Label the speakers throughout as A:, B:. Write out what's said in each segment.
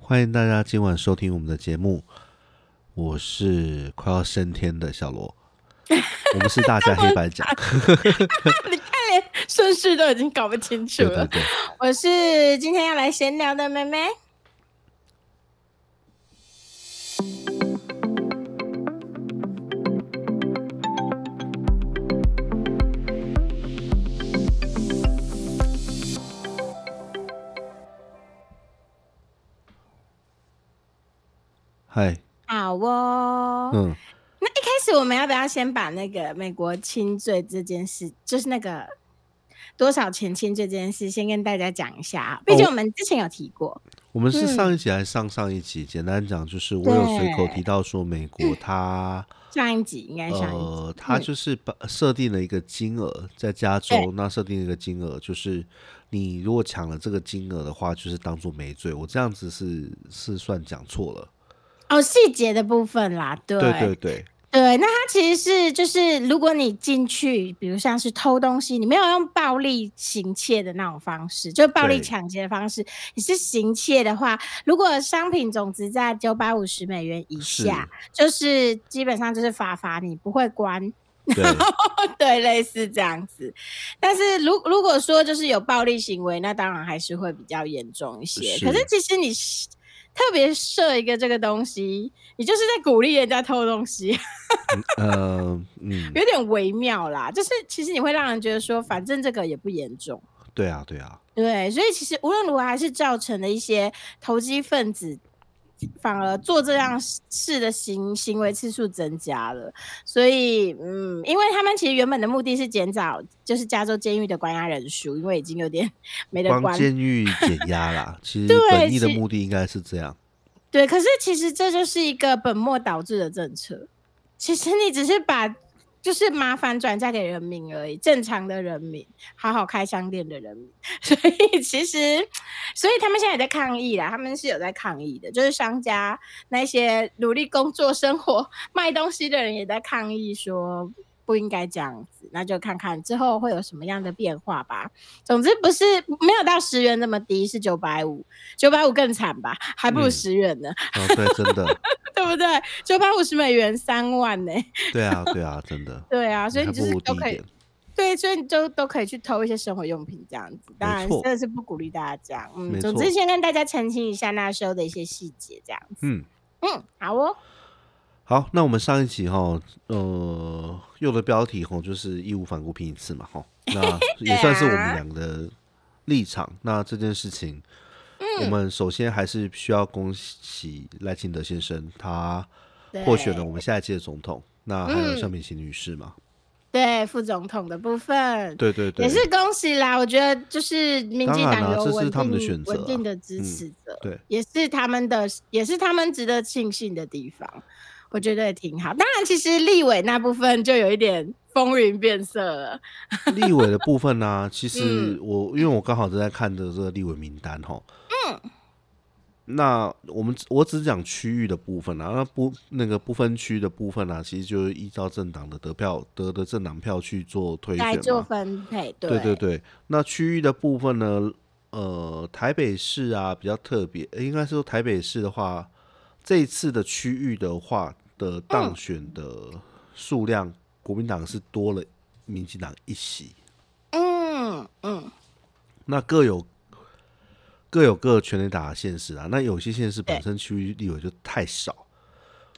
A: 欢迎大家今晚收听我们的节目，我是快要升天的小 罗，我们是大家黑白讲，
B: 你看连 顺序都已经搞不清楚
A: 对对
B: 了。
A: 对，
B: 我是今天要来闲聊的妹妹。
A: 嗨，
B: 好哦，
A: 嗯，
B: 那一开始我们要不要先把那个美国亲罪这件事，就是那个多少钱亲罪这件事，先跟大家讲一下啊？毕
A: 哦
B: 竟我们之前有提过，
A: 我们是
B: 嗯
A: 上一集还是上上一集？简单讲就是我有随口
B: 对
A: 提到说美国 它
B: 上一集应该上一集，嗯
A: 呃，它就是把设定了一个金额，在加州
B: 对
A: 那设定了一个金额，就是你如果抢了这个金额的话，就是当做没罪。我这样子是是算讲错了，
B: 哦细节的部分啦，对
A: 呃对对对，
B: 对，那它其实是就是，如果你进去，比如像是偷东西，你没有用暴力行窃的那种方式，就暴力
A: 对
B: 抢劫的方式，你是行窃的话，如果商品总值在九百五十美元以
A: 是
B: 下，就是基本上就是罚罚你，不会关。
A: 对
B: 对，类似这样子。但是如如果说就是有暴力行为，那当然还是会比较严重一些。可
A: 是
B: 是其实你是特别设一个这个东西，你就是在鼓励人家偷东西。
A: 呃嗯，
B: 有点微妙啦，就是其实你会让人觉得说，反正这个也不严重，
A: 对啊对啊，
B: 对，所以其实无论如何还是造成了一些投机分子反而做这样事的行行为次数增加了，所以嗯，因为他们其实原本的目的是减少就是加州监狱的关押人数，因为已经有点没得
A: 帮
B: 关
A: 监狱减压 啦。其实
B: 对
A: 本意的
B: 其
A: 目的应该是这样，
B: 对，可是其实这就是一个本末倒置的政策。其实你只是把就是麻烦转嫁给人民而已，正常的人民，好好开商店的人民。 所以其实，所以他们现在也在抗议啦，他们是有在抗议的，就是商家那些努力工作、生活、卖东西的人也在抗议说。不应该这样子，那就看看之后会有什么样的变化吧。总之不是没有到十元这么低，是九百五，九百五更惨吧，还不如
A: 嗯
B: 十元呢。
A: 哦，对，真的，
B: 对不对？九百五十美元三万呢、
A: 对啊，对啊，真的，
B: 对啊，所以
A: 还
B: 你就
A: 不
B: 是
A: 如低
B: 都
A: 一
B: 可以
A: 点，
B: 对，所以你就都可以去偷一些生活用品这样子。当然
A: 错
B: 真的是不鼓励大家这样，嗯，
A: 没
B: 总
A: 错
B: 之先跟大家澄清一下那时候的一些细节这样子。
A: 嗯。
B: 嗯，好哦，
A: 好，那我们上一集哈，呃，用的标题哈就是义无反顾拼一次嘛 哈，那也算是我
B: 啊
A: 们两个的立场。那这件事情，
B: 嗯
A: 我们首先还是需要恭喜赖清德先生，他获选了我们下一届的总统。那还有
B: 嗯
A: 尚美琪女士嘛？
B: 对副总统的部分。
A: 对对对，
B: 也是恭喜啦！我觉得就是民进
A: 当然
B: 党
A: 啦
B: 有
A: 这是
B: 稳定
A: 他们的选择啊
B: 稳定的支持者，
A: 对
B: 也是他们的，也是他们值得庆幸的地方。我觉得也挺好。当然，其实立委那部分就有一点风云变色了。
A: 立委的部分呢、其
B: 嗯
A: 实我、因为我刚好正在看着这个立委名单哈。嗯。那我们只我只讲区域的部分啊，那不那个不分区的部分啊，其实就是依照政党的得票得的政党票去做推选
B: 来
A: 嘛。
B: 做分配，对
A: 对对对，那区域的部分呢，呃，台北市啊比较特别，呃应该说台北市的话，这一次的区域的话的
B: 嗯
A: 当选的数量，国民党是多了民进党一席。
B: 嗯嗯，
A: 那各有各有各全垒打的县市啊，那有些县市本
B: 对
A: 身区域立委就太少，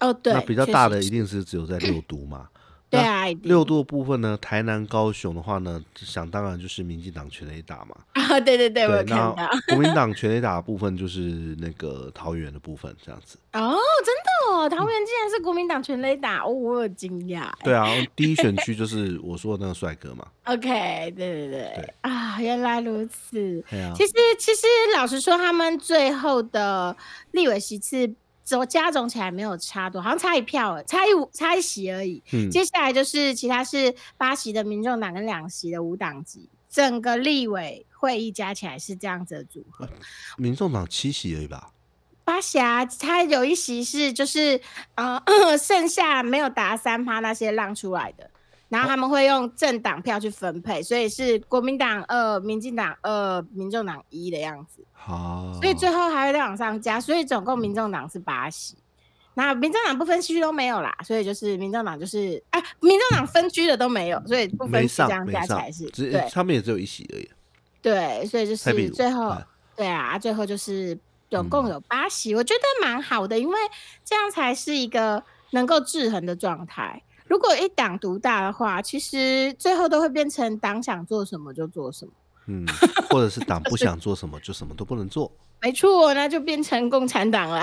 B: 哦对，
A: 那比较大
B: 确
A: 的
B: 实
A: 一定是只有在六都 嘛。
B: 对
A: 那
B: 啊，一定
A: 六都的部分呢，台南、高雄的话呢，想当然就是民进党全垒打嘛。
B: 啊，对对对，我有看
A: 那
B: 到
A: 国民党全垒打的部分就是那个桃园的部分这样子。
B: 哦，真的哦，桃园竟然是国民党全雷打，哦，我有惊讶。
A: 对啊，第一选区就是我说的那个帅哥 嘛。
B: OK，对对
A: 对
B: 对，啊，原来如此。
A: 对啊，
B: 其实，其实老实说，他们最后的立委席次总加总起来没有差多，好像差一票而已，差一五差一席而已。
A: 嗯，
B: 接下来就是其他是八席的民众党跟两席的无党籍，整个立委会议加起来是这样子的组合。
A: 民众党七席而已吧。
B: 八侠他有 一席是就是呃剩下没有达三趴那些让出来的，然后他们会用政党票去分配，所以是国民党二、民进党二、民众党一的样子。
A: 好，
B: 所以最后还会再往上加，所以总共民众党是八席。那民众党不分区都没有啦，所以就是民众党就是啊，民众党分区的都没有，所以不分
A: 没
B: 区这
A: 上
B: 样
A: 没
B: 加起来
A: 上
B: 是，
A: 只
B: 对
A: 他们也只有一席而已。
B: 对，所以就
A: 蔡壁
B: 是
A: 如
B: 最后
A: 哎
B: 对啊，最后就是总共
A: 嗯
B: 有八席，我觉得蛮好的，因为这样才是一个能够制衡的状态。如果一党独大的话，其实最后都会变成党想做什么就做什么。
A: 嗯，或者是党不想做什么就什么都不能做。
B: 没错，那就变成共产党了。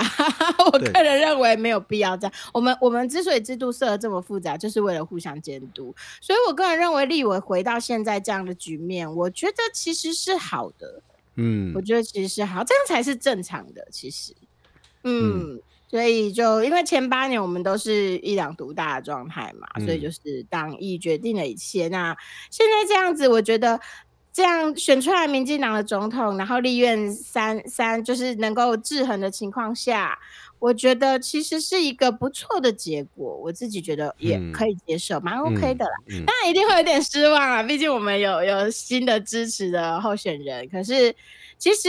B: 我
A: 对
B: 个人认为没有必要这样。我们我们之所以制度设得这么复杂，就是为了互相监督。所以我个人认为，立委回到现在这样的局面，我觉得其实是好的。
A: 嗯
B: 我，觉得其实是好，这样才是正常的。其实，嗯，所以就因为前八年我们都是一党独大的状态嘛，所以
A: 嗯
B: 就是党意决定了一切。那现在这样子，我觉得。这样选出来民进党的总统，然后立院三三就是能够制衡的情况下，我觉得其实是一个不错的结果，我自己觉得也
A: 嗯
B: 可以接受，蛮 OK 的啦。
A: 嗯，
B: 当然一定会有点失望啊，毕竟我们有有新的支持的候选人。可是其实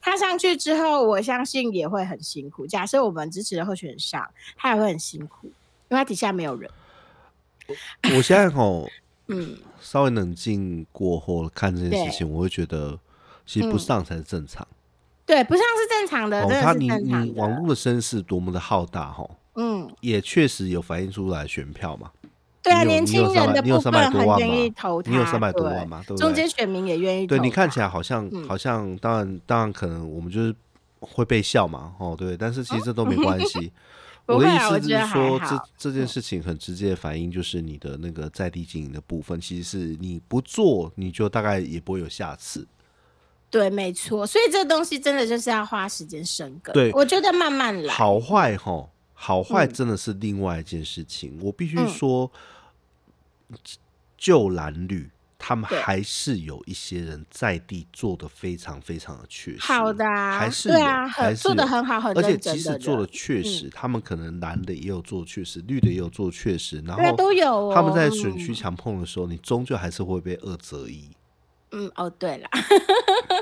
B: 他上去之后，我相信也会很辛苦。假设我们支持的候选人上，他也会很辛苦，因为他底下没有人。
A: 嗯我现在吼
B: 嗯，
A: 稍微冷静过后看这件事情，我会觉得其实不
B: 嗯
A: 上才是正常。
B: 对，不像是正常的，
A: 哦，
B: 真
A: 他
B: 的是
A: 你
B: 正
A: 你
B: 常
A: 网
B: 的。
A: 络的声势多么的浩大吼，
B: 嗯，
A: 也确实有反映出来选票嘛。
B: 对啊，
A: 你有
B: 年
A: 你有
B: 轻人
A: 300
B: 的
A: 你有
B: 部
A: 300
B: 分
A: 多
B: 很
A: 万
B: 愿意
A: 嘛
B: 投他，
A: 你有三百多万嘛，对不对？
B: 中间选民也愿意投
A: 对
B: 他。
A: 你看起来好像、
B: 嗯
A: 好像，当然当然可能我们就是会被笑嘛，哦对，但是其实这都没关 系。
B: 哦不
A: 的
B: 会
A: 意
B: 啊我
A: 思就
B: 觉
A: 是
B: 得还
A: 说，
B: 好嗯
A: 这这件事情很直接的反映就是你的那个在地经营的部分，其实是你不做，你就大概也不会有下次。
B: 对，没错。所以这东西真的就是要花时间生根。
A: 对
B: 我觉得慢慢来。
A: 好坏哈，好坏
B: 嗯
A: 真的是另外一件事情。我必须
B: 嗯
A: 说，就蓝绿他们
B: 对
A: 还是有一些人在地做的非常非常的确实，
B: 好的啊
A: 还是
B: 对
A: 有
B: 啊很
A: 还是
B: 做得
A: 有
B: 很好很
A: 而且
B: 认真
A: 即使
B: 的
A: 做
B: 人嗯
A: 的确实，他们可能蓝的也有做确实，绿的也有做确实，然
B: 对啊，
A: 后
B: 都有、哦。
A: 他们在选
B: 嗯
A: 区强碰的时候，你终究还是会被二择一。
B: 嗯，哦，对了，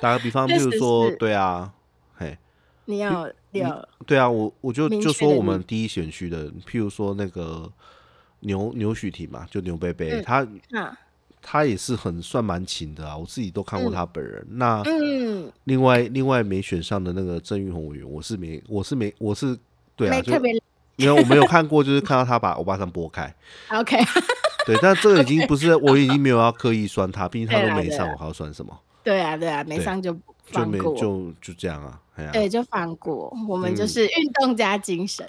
A: 打个比方，
B: 确
A: 譬如
B: 实
A: 说，
B: 是
A: 对啊，嘿，
B: 你有你有，
A: 对啊，我我就
B: 明
A: 就
B: 确
A: 说
B: 的
A: 我们
B: 例
A: 第一选区的，譬如说那个牛牛许婷嘛，就牛贝贝，
B: 嗯
A: 他
B: 嗯
A: 他也是很算蛮勤的啊，我自己都看过
B: 嗯
A: 他本人。那
B: 嗯，
A: 另外另外没选上的那个郑玉红委员，我是没我是没我是对啊，
B: 没
A: 就
B: 特别
A: 没有我没有看过，就是看到他把欧巴桑拨开，
B: OK，
A: 对，但这个已经不是我已经没有要刻意酸他，毕竟他
B: 对
A: 都
B: 啦
A: 没
B: 对
A: 上，
B: 啦
A: 我还要酸什么？
B: 对啊对啊，没
A: 对
B: 上就不
A: 就
B: 放
A: 没
B: 过，
A: 就就这样啊，哎呀、
B: 对，就放过。我们就
A: 嗯
B: 是运动加精神，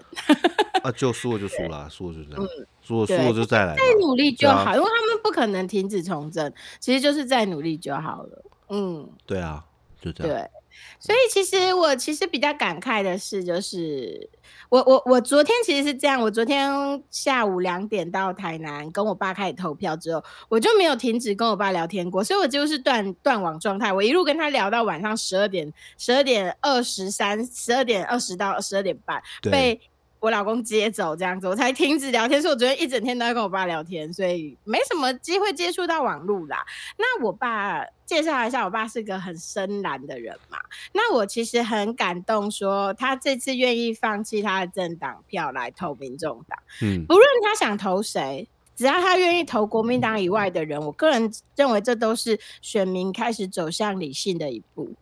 A: 啊，就输了就输了啊，输了就这样，输了输了
B: 嗯对
A: 就再来嘛，
B: 再努力就
A: 对啊
B: 好，因为他们不可能停止从政，其实就是再努力就好了。嗯，
A: 对啊，就这样。
B: 对。所以其实我其实比较感慨的是，就是我我我昨天其实是这样，我昨天下午两点到台南跟我爸开始投票之后，我就没有停止跟我爸聊天过，所以我就是断断网状态，我一路跟他聊到晚上十二点十二点二十三十二点二十到十二点半
A: 对
B: 被。我老公接走这样子，我才停止聊天。所以我昨天一整天都在跟我爸聊天，所以没什么机会接触到网络啦。那我爸介绍一下，我爸是个很深蓝的人嘛。那我其实很感动，说他这次愿意放弃他的政党票来投民众党，
A: 嗯，
B: 不论他想投谁。只要他愿意投国民党以外的人，我个人认为这都是选民开始走向理性的一步，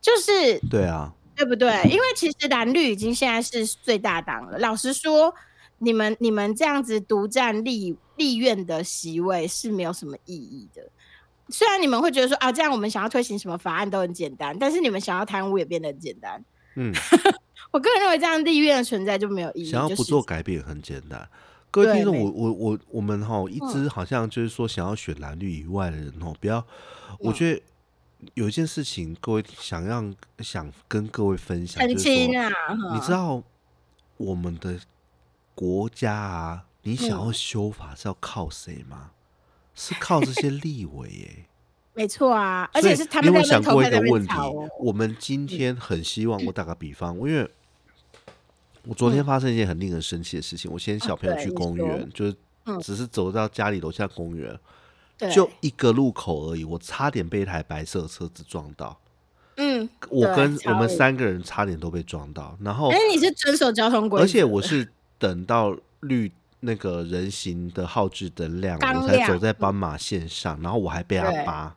B: 就是
A: 对啊，
B: 对不对？因为其实蓝绿已经现在是最大党了。老实说，你们你们这样子独占立立院的席位是没有什么意义的。虽然你们会觉得说啊，这样我们想要推行什么法案都很简单，但是你们想要贪污也变得很简单。
A: 嗯，
B: 我个人认为这样立院的存在就没有意义。
A: 想要
B: 就
A: 不
B: 是
A: 做改变也很简单。各位
B: 对
A: 听众，
B: 没
A: 我我我我们哈一
B: 嗯
A: 直好像就是说想要选蓝绿以外的人哦，不要，
B: 嗯
A: 我觉得有一件事情，各位想让想跟各位分享，
B: 澄
A: 就是说，
B: 清啊，
A: 你知道我们的国家啊，你想
B: 嗯
A: 要修法是要靠谁吗？是靠这些立委耶、
B: 没错啊，而
A: 所
B: 且
A: 以
B: 是他
A: 你
B: 们
A: 有没
B: 在
A: 有想
B: 那边投
A: 过一
B: 票
A: 个
B: 在那边
A: 问题
B: 吵哦。？嗯
A: 我们今天很希 望，我打个比方，因为我昨天发生一件很令人生气的事情。我先小朋友
B: 哦对
A: 去
B: 你
A: 公
B: 说嗯
A: 园，就是只是走到家里楼下公园，
B: 对，
A: 就一个路口而已，我差点被一台白色的车子撞到。
B: 嗯，
A: 我
B: 对
A: 跟
B: 超
A: 我们
B: 无
A: 三个人差点都被撞到，然后
B: 哎，你是遵守交通规
A: 哦
B: 则，
A: 而且我 是等到绿那个人行的号志灯亮，
B: 刚
A: 我才
B: 亮嗯
A: 走在斑马线上，然后我还被他
B: 对
A: 扒。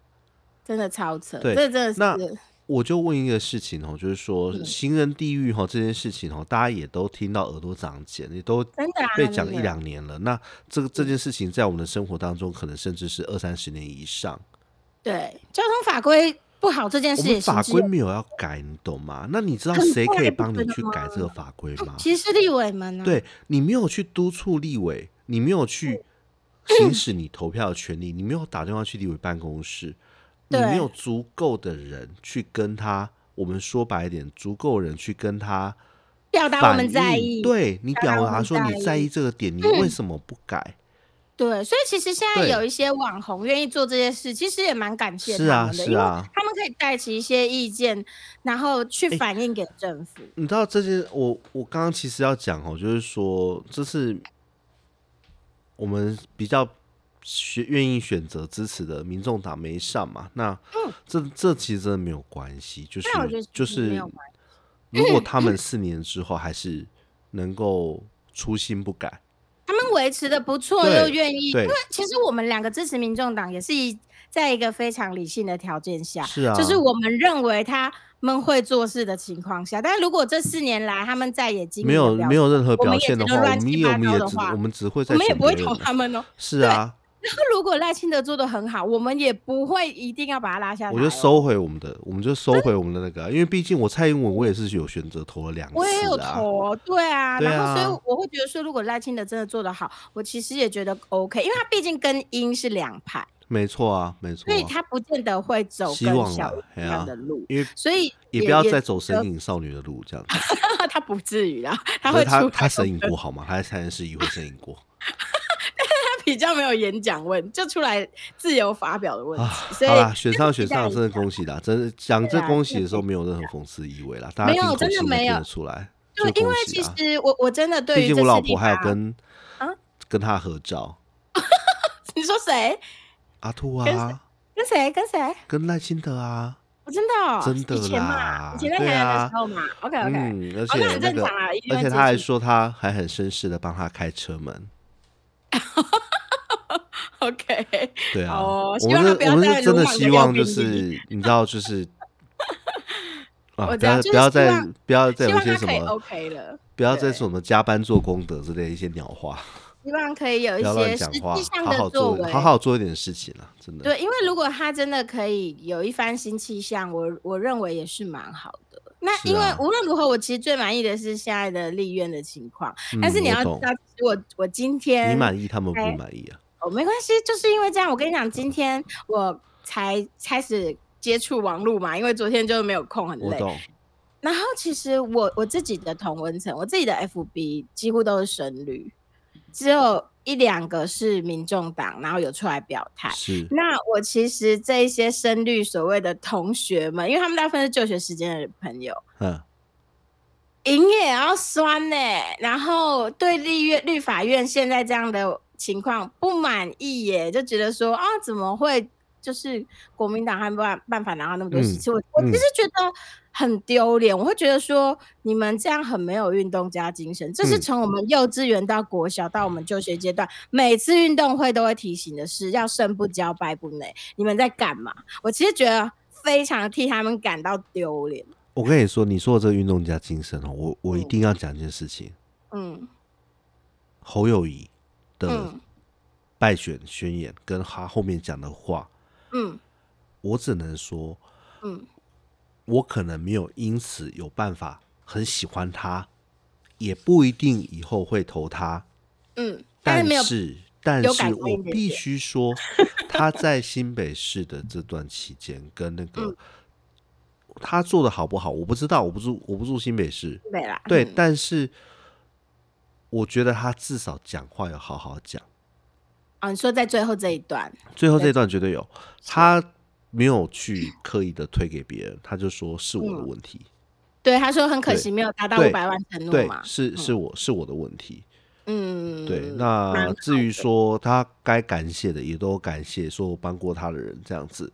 B: 真的超扯，
A: 对
B: 这真
A: 那
B: 的是
A: 我就问一个事情哦，就是说
B: 嗯
A: 行人地狱哈这件事情哦，大家也都听到耳朵长茧，也都
B: 真的啊
A: 被讲
B: 真
A: 一
B: 的嗯
A: 两年了。那这个这件事情在我们的生活当中，可能甚至是二三十年以上。
B: 对交通法规不好这件
A: 我
B: 事也
A: 们
B: 是
A: 法
B: 只
A: 规
B: 有
A: 没有要改，你懂吗？那你知道
B: 很
A: 谁
B: 快
A: 可以
B: 不啊
A: 帮你
B: 是
A: 去
B: 吗
A: 改这个法规吗？
B: 其实是立委们啊，
A: 对你没有去督促立委，你没有
B: 嗯
A: 去行使你投票的权利，你没有打电话去立委办公室，你没
B: 对
A: 有足够的人去跟他，我们说白一点，足够人去跟他
B: 表达我
A: 反
B: 们
A: 映，
B: 在意，
A: 对你
B: 表达
A: 表
B: 我
A: 达
B: 们
A: 说
B: 在
A: 你在
B: 意嗯
A: 意这个点，你为什么不改？
B: 对，所以其实现在
A: 对
B: 有一些网红愿意做这些事，其实也蛮感谢他
A: 是
B: 们
A: 啊
B: 的，
A: 是
B: 因为
A: 啊
B: 他们可以带起一些意见，然后去
A: 哎
B: 反映给政府。
A: 你知道这件，我我刚刚其实要讲哦，就是说这是我们比较选愿意选择支持的民众党没上嘛，那、这这其实真的没有关系，就是
B: 嗯那我觉得
A: 就
B: 其实没
A: 是
B: 有关
A: 如果他们四年之后还是能够初心不 改，
B: 他们维持的不错，
A: 对
B: 又愿意。
A: 对
B: 因为其实我们两个支持民众党也是一在一个非常理性的条件下，
A: 是啊，
B: 就是我们认为他们会做事的情况下。但如果这四年来他们再也经历
A: 没有
B: 了表
A: 没有任何
B: 我们
A: 表
B: 也
A: 现的
B: 只
A: 话，
B: 能
A: 我
B: 乱
A: 们
B: 七
A: 也我
B: 八
A: 们
B: 糟
A: 也
B: 的
A: 只
B: 话
A: 我们只会在
B: 我们也
A: 选
B: 不会
A: 别
B: 投
A: 人
B: 他们哦。
A: 是啊，
B: 然后如果赖清德做的很好，我们也不会一定要把他拉下来、哦。
A: 我就收回我们的，我们就收回我们的那个啊，因为毕竟我蔡英文我也是有选择投了两次、啊，
B: 我也有投、对啊，
A: 对
B: 然后所
A: 啊
B: 以我会觉得说，如果赖清德真的做得好，我其实也觉得 OK，因为他毕竟跟英是两派，
A: 没错啊，没错、
B: 所以
A: 啊，
B: 他不见得会走
A: 希
B: 跟
A: 望
B: 小
A: 啦
B: 一
A: 嘿啊
B: 样的路，
A: 因为
B: 所以
A: 也不要再
B: 也
A: 走神隐少女的路这样子。
B: 他不至于啦，他
A: 可
B: 会
A: 是
B: 出
A: 他
B: 来
A: 他神隐过好吗？他在三十一会神隐过
B: 他比较没有演讲问，就出来自由发表的问题，
A: 啊？
B: 所以
A: 好啦，选上选
B: 期待
A: 上，
B: 一
A: 真的恭喜啦！真的讲这
B: 对啊
A: 恭喜的时候没有任何讽刺意味啦，大家
B: 没
A: 听
B: 有
A: 口
B: 真的
A: 气应该
B: 没
A: 听
B: 有
A: 得出来。
B: 对，
A: 就
B: 因
A: 恭
B: 为
A: 喜
B: 其
A: 啊！
B: 实我我真的对
A: 毕
B: 于这
A: 竟我
B: 次
A: 老
B: 立
A: 婆还有
B: 法
A: 跟
B: 啊
A: 跟他合照，
B: 你说谁
A: 阿兔
B: 跟
A: 啊，
B: 跟谁跟谁，
A: 跟赖清德啊，
B: 我真的哦
A: 真的
B: 以前
A: 啦
B: 嘛，以前在
A: 对
B: 台南
A: 啊
B: 的时候嘛，OK OK，、
A: 嗯，而
B: 哦那
A: 且那
B: 很正
A: 个
B: 常啊，一定
A: 而
B: 会
A: 且
B: 接
A: 他还
B: 触
A: 说他还很绅士的帮他开车门。
B: OK，
A: 对啊，
B: 哦
A: 我
B: 希
A: 们
B: 望他不
A: 是，
B: 要
A: 我们
B: 再
A: 是真
B: 鲁
A: 的
B: 莽地
A: 希
B: 要
A: 望就
B: 变
A: 是你知道 就是啊，
B: 我
A: 不
B: 知道
A: 要
B: 就
A: 不要
B: 是希
A: 再
B: 望
A: 不要再有
B: 希
A: 一
B: 望
A: 些
B: 他
A: 什
B: 可以
A: 么，
B: OK 了，
A: 不要再
B: 对
A: 什么加班做功德之类的一些鸟话，
B: 希望可以有
A: 不
B: 一
A: 要乱
B: 些实
A: 讲话
B: 际，上
A: 好好
B: 的作
A: 做
B: 为。
A: 好好做一点事情啊，真的。
B: 对，因为如果他真的可以有一番新气象，我我认为也是蛮好的。那
A: 是
B: 因为
A: 啊
B: 无论如何，我其实最满意的是现在的立院的情况。
A: 嗯
B: 但是你
A: 我
B: 要知
A: 懂
B: 道，其实我我今天
A: 你满意，他们不
B: 哎
A: 满意啊。
B: 哦，没关系，就是因为这样，我跟你讲，今天我才开始接触网络嘛，因为昨天就没有空，很
A: 我
B: 累。
A: 懂，
B: 然后其实我我自己的同温层，我自己的 FB 几乎都是深绿，只有一两个是民众党，然后有出来表态。
A: 是
B: 那我其实这一些深绿所谓的同学们，因为他们大部分是就学时间的朋友，
A: 嗯，
B: 赢也要酸呢、然后对立院立法院现在这样的情况不满意耶、就觉得说啊，怎么会就是国民党还没办办法拿到那么多席次？我我
A: 嗯
B: 其实觉得很丢脸，我会觉得说你们这样很没有运动家精神。这是
A: 嗯
B: 从我们幼稚园到国小到我们就学阶段，每次运动会都会提醒的是要胜不骄败不馁。你们在干嘛？我其实觉得非常替他们感到丢脸。
A: 我跟你说，你说的这个运动家精神哦，我我一
B: 嗯
A: 定要讲一件事情，
B: 嗯
A: 侯友谊的
B: 嗯
A: 败选宣言跟他后面讲的话，
B: 嗯
A: 我只能说，
B: 嗯，
A: 我可能没有因此有办法很喜欢他，也不一定以后会投他。
B: 嗯，
A: 但
B: 但是没有，
A: 是，但
B: 有改
A: 是
B: 观一
A: 我
B: 点
A: 必
B: 点
A: 须说，他在新北市的这段期间，跟那个、
B: 嗯
A: 他做的好不好，我不知道，我不住，我不住新北市。
B: 对啦，
A: 对，
B: 嗯
A: 但是我觉得他至少讲话要好好讲。
B: 哦，你说在最后这一段，
A: 最后这一段绝对有，他没有去刻意的推给别人，他就说是我的
B: 嗯
A: 问题。
B: 对他说很可
A: 对
B: 惜没有达到
A: 对
B: 五百万承诺
A: 对
B: 嗯嘛，，
A: 是是我是我的问题。
B: 嗯，
A: 对，
B: 蛮
A: 那
B: 好
A: 至于说他该感谢的，也都感谢说我帮过他的人，这样子。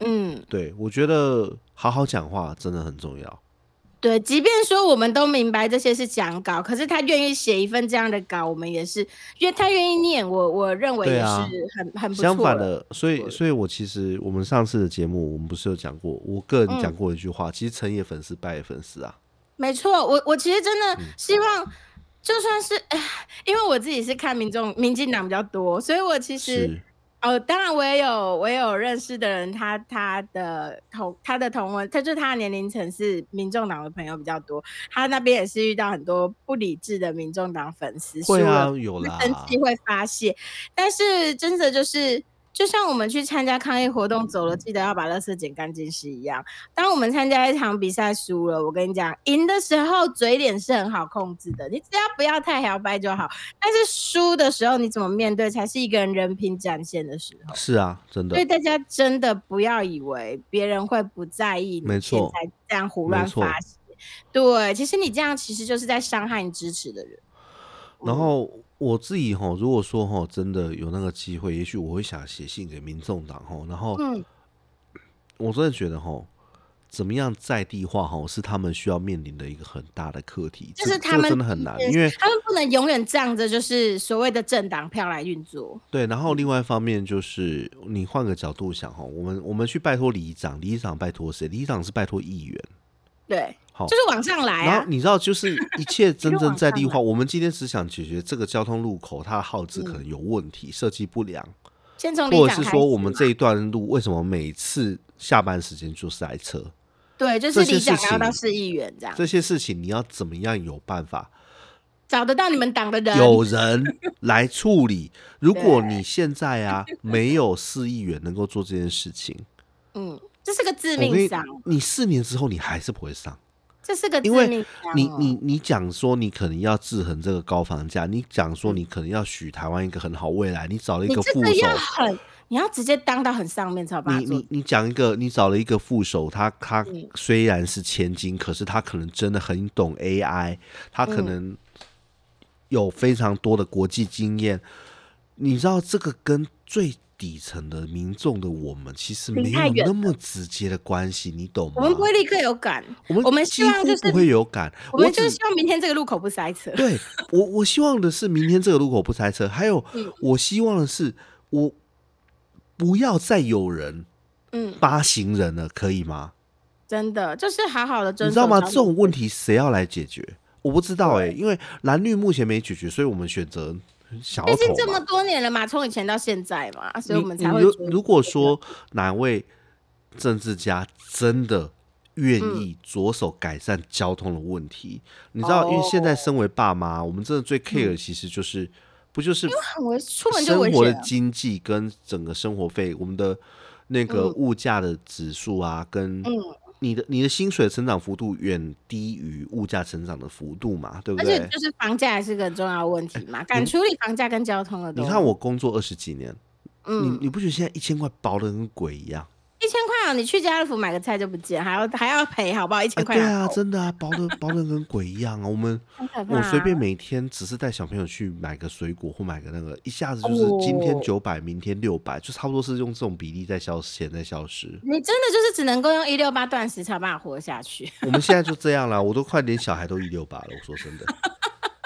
B: 嗯，
A: 对我觉得好好讲话真的很重要。
B: 对，即便说我们都明白这些是讲稿，可是他愿意写一份这样的稿，我们也是，因为他愿意念，我我认为也
A: 对
B: 是
A: 啊
B: 很、很不错。
A: 相反，的，所
B: 错欸
A: 以
B: 了
A: 所以我其实我们上次的节目，我们不是有讲过，我个人
B: 嗯
A: 讲过一句话，其实成也粉丝，败也粉丝啊。
B: 没错，我我其实真的
A: 嗯
B: 希望，就算是、唉因为我自己是看民众民进党比较多，所以我其实
A: 是，
B: 哦，当然我也有，我也有认识的人，他他的同他的同文，他就是他的年龄层是民众党的朋友比较多，他那边也是遇到很多不理智的民众党粉丝，
A: 会啊
B: 输了
A: 有
B: 会
A: 啦
B: 生气会发泄，但是真的就是。就像我们去参加抗议活动走了，记得要把垃圾捡干净是一样。当我们参加一场比赛输了，我跟你讲，赢的时候嘴脸是很好控制的，你只要不要太摇摆就好。但是输的时候，你怎么面对才是一个人人品展现的时候。
A: 是啊，真的
B: 所以，大家真的不要以为别人会不在意你
A: 没
B: 现
A: 错
B: 在这样胡乱
A: 没错
B: 发泄。对，其实你这样其实就是在伤害你支持的人。
A: 然
B: 嗯
A: 后我自己吼，如果说吼真的有那个机会，也许我会想写信给民众党吼，然后
B: 嗯，
A: 我真的觉得吼，怎么样在地化吼是他们需要面临的一个很大的课题，
B: 这
A: 这
B: 是他
A: 这个
B: 们
A: 真的很难，
B: 嗯
A: 因为
B: 他们不能永远仗着就是所谓的政党票来运作。
A: 对，然后
B: 嗯
A: 另外一方面就是你换个角度想哈，我们我们去拜托里长，里长拜托谁？里长是拜托议员，
B: 对，
A: 好
B: 就。是往上来
A: 哦然
B: 啊
A: 后。你知道， 就是一切真正在地
B: 往
A: 化，我们今天只想解决这个交通路口它的耗资
B: 嗯
A: 可能有问题，设计不良，
B: 先从里
A: 或者是
B: 长开
A: 说
B: 始
A: 我们
B: 嘛
A: 这一段路为什么每次下班时间就塞车？
B: 对，就
A: 这些
B: 是里长
A: 事
B: 然后到
A: 情
B: 市议员这样，
A: 这些事情你要怎么样有办 法？
B: 找得到你们党的人。
A: 有人来处理。如果你现在啊没有市议员能够做这件事情，
B: 嗯，这 是个致
A: 我跟
B: 命
A: 你
B: 伤，，
A: 你四年之后你还是不会上，
B: 这是个致
A: 因为
B: 命伤哦。
A: 你你你讲说你可能要制衡这个高房价，你讲说你可能要许台湾一个很好未来，你找了一
B: 嗯你
A: 个
B: 这
A: 副
B: 个
A: 手
B: 要，很，你要直接当到很上面才有办法
A: 你
B: 做
A: 你你讲一个，你找了一个副手，他他
B: 嗯
A: 虽然是千金，可是他可能真的很懂 AI，他可
B: 嗯
A: 能有非常多的国际经验。你知道这个跟最底层的民众的我们其实
B: 离
A: 没
B: 太
A: 有
B: 远
A: 那么直接的关系，你懂吗？
B: 我们不会立刻有感，
A: 我们
B: 我们
A: 几
B: 希望
A: 乎
B: 就是
A: 不会有感，
B: 我们
A: 只
B: 就是希望明天这个路口不塞车。
A: 对我，我希望的是明天这个路口不塞车。还有，
B: 嗯
A: 我希望的是我不要再有人
B: 嗯，
A: 扒行人了，可以吗？
B: 真的就是好好的
A: 你
B: 遵
A: 知
B: 守
A: 道
B: 交通
A: 吗？
B: 规则。
A: 这种问题谁要来解决？我不知道哎、因为蓝绿目前没解决，所以我们选择小
B: 毕
A: 丑
B: 竟这么
A: 嘛。
B: 多年了嘛，从以前到现在嘛，所以我们
A: 你
B: 才会
A: 你如
B: 觉得
A: 如果说哪位政治家真的愿
B: 嗯
A: 意着手改善交通的问题，你知道，因为现
B: 哦
A: 在身为爸妈，我们真的最 care 的其实就是、不就是
B: 嗯很危，出门就
A: 生
B: 危
A: 活的
B: 险啊了。
A: 经济跟整个生活费，我们的那个
B: 嗯
A: 物价的指数啊，跟你的你的薪水成长幅度远低于物价成长的幅度嘛，对不
B: 而且
A: 对？嗯
B: 就是房价也是个很重要的问题嘛，敢处理房价跟交通的都。哦
A: 你看，我工作二十几年，
B: 嗯
A: 你，你不觉得现在一千块薄的跟鬼一样？
B: 一千块啊，你去家乐福买个菜就不见，还要还要赔，好不好？一
A: 哎，
B: 千块
A: 对
B: 拿
A: 啊，
B: 走，
A: 真的啊，薄的薄的跟鬼一样啊！我 们
B: 很可怕啊。
A: 我随便每天只是带小朋友去买个水果或买个那个，一下子就是
B: 哦
A: 今天九百，明天六百，就差不多是用这种比例在消钱在消失。
B: 你真的就是只能够用一六八断食才有办法活下去。
A: 我们现在就这样啦，我都快连小孩都一六八了。我说真的，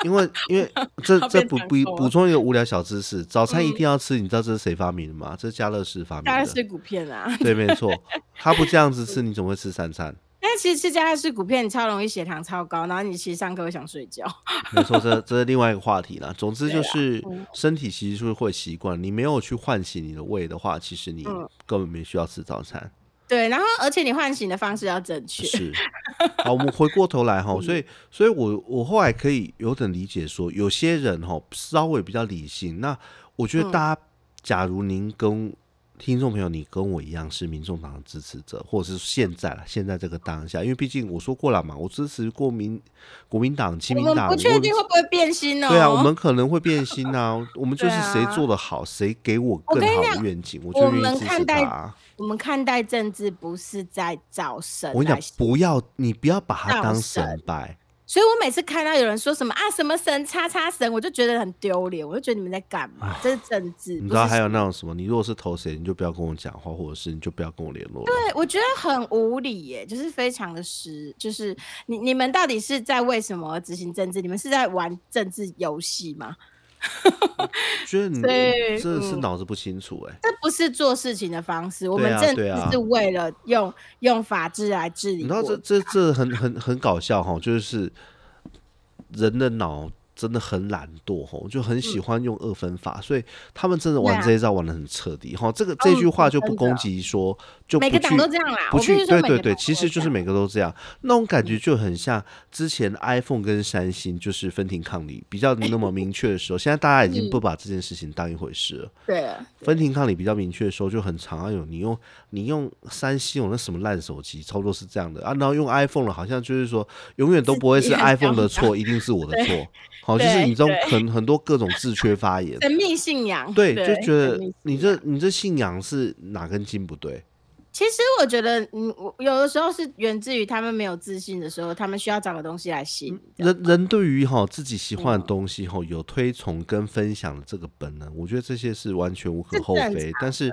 A: 因为因 为这
B: 好
A: 这
B: 变
A: 补
B: 成
A: 补
B: 熟嗯
A: 补充一个无聊小知识，早餐一定要吃，你知道这是谁发明的吗？这是家乐氏发明
B: 当然
A: 的。
B: 是股片啊，
A: 对，没错，他不这样子吃，你怎么会吃三餐？
B: 但其实吃加乐氏股片，你超容易血糖超高，然后你其实上课会想睡觉。
A: 没错，这这是另外一个话题啦。总之
B: 对
A: 就
B: 啦
A: 是
B: 嗯
A: 身体其实是会习惯，你没有去唤醒你的胃的话，其实你
B: 嗯
A: 根本没需要吃早餐。
B: 对，然后而且你唤醒的方式要正确。
A: 是，好，我们回过头 来哈，
B: 嗯
A: 所以，所以我我后来可以有点理解说，有些人哈稍微比较理性。那我觉
B: 嗯
A: 得大家，假如您跟听众朋友，你跟我一样是民众党的支持者，或者是现在了，现在这个当下，因为毕竟我说过了嘛，我支持过民国民党、亲
B: 我
A: 民
B: 们
A: 党，
B: 不确
A: 我
B: 定会不会变心哦。
A: 对啊，我们可能会变心啊，我们就是
B: 对啊
A: 谁做的好，谁给我
B: 我
A: 更
B: 跟你
A: 好的
B: 讲
A: 愿景，我
B: 我
A: 就愿
B: 们
A: 意支持
B: 看待
A: 他啊。
B: 我们看待政治不是在找神，
A: 我跟你讲，不要你不要把它
B: 造
A: 当
B: 神
A: 神拜。
B: 所以我每次看到有人说什么啊什么神叉叉神，我就觉得很丢脸，我就觉得你们在干嘛？这是政治，
A: 你
B: 不
A: 知道
B: 是
A: 还有那种什么，你如果是投谁，你就不要跟我讲话，或者是你就不要跟我联络了。
B: 对，我觉得很无理耶，就是非常的失，就是你你们到底是在为什么而执行政治？你们是在玩政治游戏吗？
A: 觉得你
B: 对
A: 真的是
B: 嗯
A: 脑子不清楚哎、
B: 这不是做事情的方式。我
A: 对
B: 们
A: 啊
B: 政
A: 对啊
B: 治是为了用、用法治来治理
A: 你知道
B: 国
A: 这这这很很很搞笑哈，就是人的脑真的很懒惰哈，就很喜欢用二分法，所以他们真的玩
B: 嗯对啊嗯
A: 这一招玩的很彻底哈。这个这句话就不
B: 真的
A: 攻击说，就不
B: 每个党
A: 去
B: 都这样啦。
A: 不
B: 我必
A: 去
B: 须说
A: 对
B: 每个
A: 对
B: 党
A: 对，
B: 都
A: 其实就是
B: 这样嗯
A: 每个都这样，那种感觉就很像之前 iPhone 跟三星就是分庭抗礼比 较那么明确的时候，现在大家已经
B: 嗯
A: 不把这件事情当一回事了。
B: 对啊
A: 分庭抗礼比较明确的时候就很常啊，有你用你用三星有那什么烂手机，差不多是这样的啊，然后用 iPhone 了，好像就是说永远都不会
B: 自
A: 是
B: 己很
A: iPhone 的
B: 高
A: 错，一定是我的错， 好，就是
B: 对
A: 你这种
B: 对
A: 很很多各种自缺发 言，
B: 神秘信仰，
A: 对，就觉
B: 神
A: 得
B: 秘信
A: 你
B: 仰
A: 这你这信仰是哪根筋不对，
B: 其实我觉得，嗯，我有的时候是源自于他们没有自信的时候，他们需要找个东西来吸引这样。嗯
A: 人人对于哈自己喜欢的东西哈有推崇跟分享的这个本能，我觉得这些是完全无可
B: 这
A: 厚
B: 正
A: 非。但是，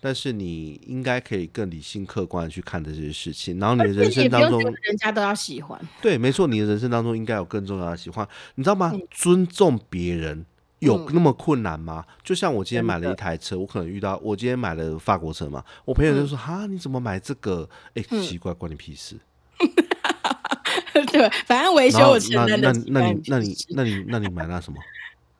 A: 但是你应该可以更理性客观的去看待这些事情，然后你的人
B: 自己
A: 生
B: 也不
A: 当
B: 用
A: 中
B: 觉得，人家都要喜欢，
A: 对，没错，你的人生当中应该有更重要的喜欢，你知道
B: 嗯
A: 吗？尊重别人。有那么困难吗？就像我今天
B: 真
A: 买了一
B: 的
A: 台车，我可能遇到我今天买了法国车嘛，我朋友
B: 嗯
A: 就说：“哈，你怎么买这个？”哎、奇怪，关你屁事。
B: 对，反正维修
A: 然后
B: 哎我承认
A: 那
B: 的。
A: 那那你那你那你那你买那什么？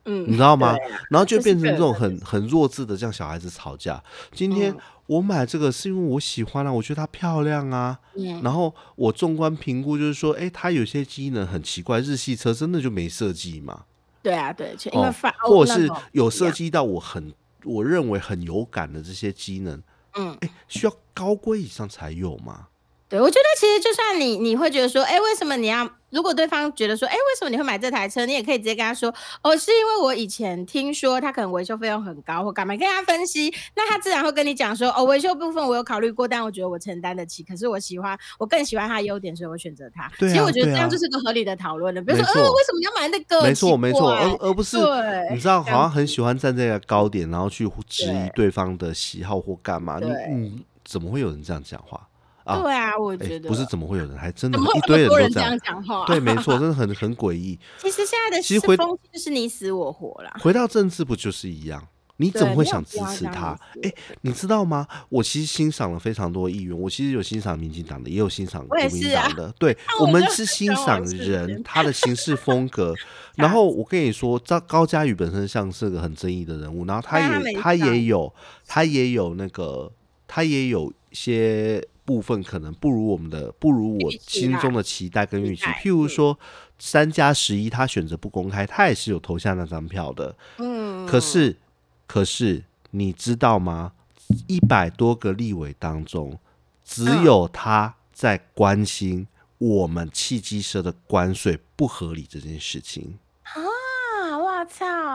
B: 嗯，
A: 你知道吗
B: 对啊？
A: 然后就
B: 这是
A: 变成
B: 个
A: 这
B: 人
A: 种
B: 的
A: 很很弱智的，像小孩子吵架。今天
B: 嗯
A: 我买这个是因为我喜欢啊，我觉得它漂亮啊。
B: 嗯
A: 然后我纵观评估，就是说，哎，它有些机能很奇怪，日系车真的就没设计嘛？
B: 对啊，对，就因为
A: 哦
B: 法，欧
A: 或者
B: 那
A: 是
B: 种
A: 有
B: 不一
A: 设
B: 样，
A: 计到我很我认为很有感的这些机能，
B: 嗯，
A: 需要高规以上才有嘛？
B: 对，我觉得其实就算你你会觉得说，哎，为什么你要？如果对方觉得说，哎，为什么你会买这台车？你也可以直接跟他说，哦，是因为我以前听说他可能维修费用很高或干嘛，跟他分析，那他自然会跟你讲说，哦，维修部分我有考虑过，但我觉得我承担得起，可是我喜欢，我更喜欢他的优点，所以我选择他。
A: 对
B: 其实
A: 啊
B: 我觉得
A: 对
B: 这样
A: 啊
B: 就是个合理的讨论了，比如
A: 没
B: 说，呃，
A: 错
B: 为什么你要买那个？
A: 没错，
B: 奇
A: 没错，
B: 怪
A: 而而不是
B: 对
A: 你知道，
B: 这
A: 好像
B: 样
A: 很喜欢站在一个高点，然后去质疑
B: 对
A: 对方的喜好或干嘛。你
B: 对
A: 你怎么会有人这样讲话啊？
B: 对啊，我
A: 哎
B: 觉得
A: 不是怎么会有人，还真的
B: 怎么会
A: 一
B: 有
A: 堆
B: 那
A: 人都
B: 么多人这样讲话？
A: 对，没错，真 的很很诡异。
B: 其实现在的
A: 其实
B: 是
A: 回
B: 风气就是你死我活啦。
A: 回到政治不就是一样？你怎么
B: 对
A: 会
B: 没有
A: 想
B: 必
A: 支
B: 要
A: 持
B: 这样
A: 他
B: 子？
A: 哎、你知道吗？我其实欣赏了非常多议员，我其实有欣赏民进党的，也有欣赏国
B: 我也
A: 民
B: 是啊
A: 党的。对，
B: 那
A: 我
B: 我
A: 们
B: 就是很
A: 欣
B: 喜欢
A: 赏
B: 王世
A: 人
B: 坚
A: 他的行事风格。然后我跟你说，高高嘉宇本身像是个很争议的人物，然后他
B: 但他没
A: 也他
B: 上
A: 也有他也有那个他也有一些部分可能不如我们的不如我
B: 预期
A: 心
B: 啦
A: 中的期待跟
B: 期
A: 预期。
B: 待
A: 譬如
B: 嗯
A: 说三加十一，他选择不公开，他也是有投下那张票的。
B: 嗯，
A: 可是，可是你知道吗？一百多个立委当中，只
B: 嗯
A: 有他在关心我们汽机车的关税不合理这件事情，
B: 啊，我操！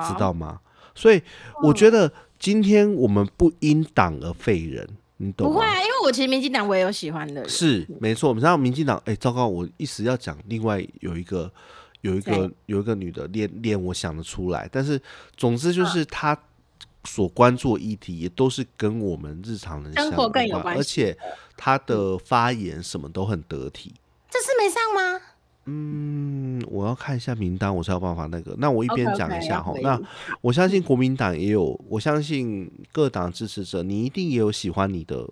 A: 你知
B: 你？
A: 道吗？所以我觉得今天我们不因党而废人，你懂
B: 不
A: 吗？
B: 会啊，因为我其实民进党我也有喜欢的人。
A: 是没错，我们知道民进党，哎、糟糕，我一时要讲另外有一个有一个
B: 谁
A: 有一个女的脸脸，我想得出来，但是总之
B: 嗯
A: 就是她所关注的议题也都是跟我们日常人
B: 生
A: 相
B: 活更有关
A: 而
B: 系
A: 且她的发言什么都很得体。
B: 这次没上吗？
A: 嗯，我要看一下名单，我才有办法那个。那我一边
B: OK，OK，
A: 讲一下
B: 要
A: 哈
B: 回。
A: 那
B: 应
A: 我相信国民党也有，我相信各党支持者，你一定也有喜欢你的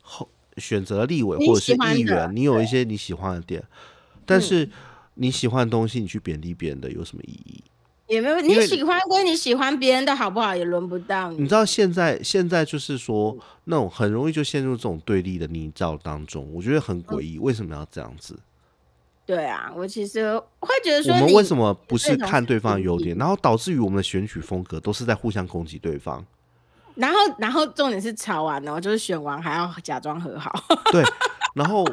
A: 后选择立委
B: 你
A: 或者是
B: 喜欢
A: 议
B: 的嗯
A: 员，你有一些你喜欢的点，但是你喜欢的东西，你去贬低别人的有什么意义？
B: 也没有，
A: 为嗯
B: 你喜欢归你喜欢，别人的好不好也轮不到
A: 你
B: 你。
A: 知道现在现在就是说那种很容易就陷入这种对立的泥沼当中，我觉得很诡异，
B: 嗯
A: 为什么要这样子？
B: 对啊，我其实会觉得
A: 我
B: 说你，
A: 们为什么不是
B: 认同
A: 看
B: 是
A: 对方的
B: 不
A: 优
B: 一
A: 点，然后导致于我们的选举风格都是在互相攻击对方？
B: 然后然后重点是吵完，然后就是选完还要假装和好。
A: 对，然后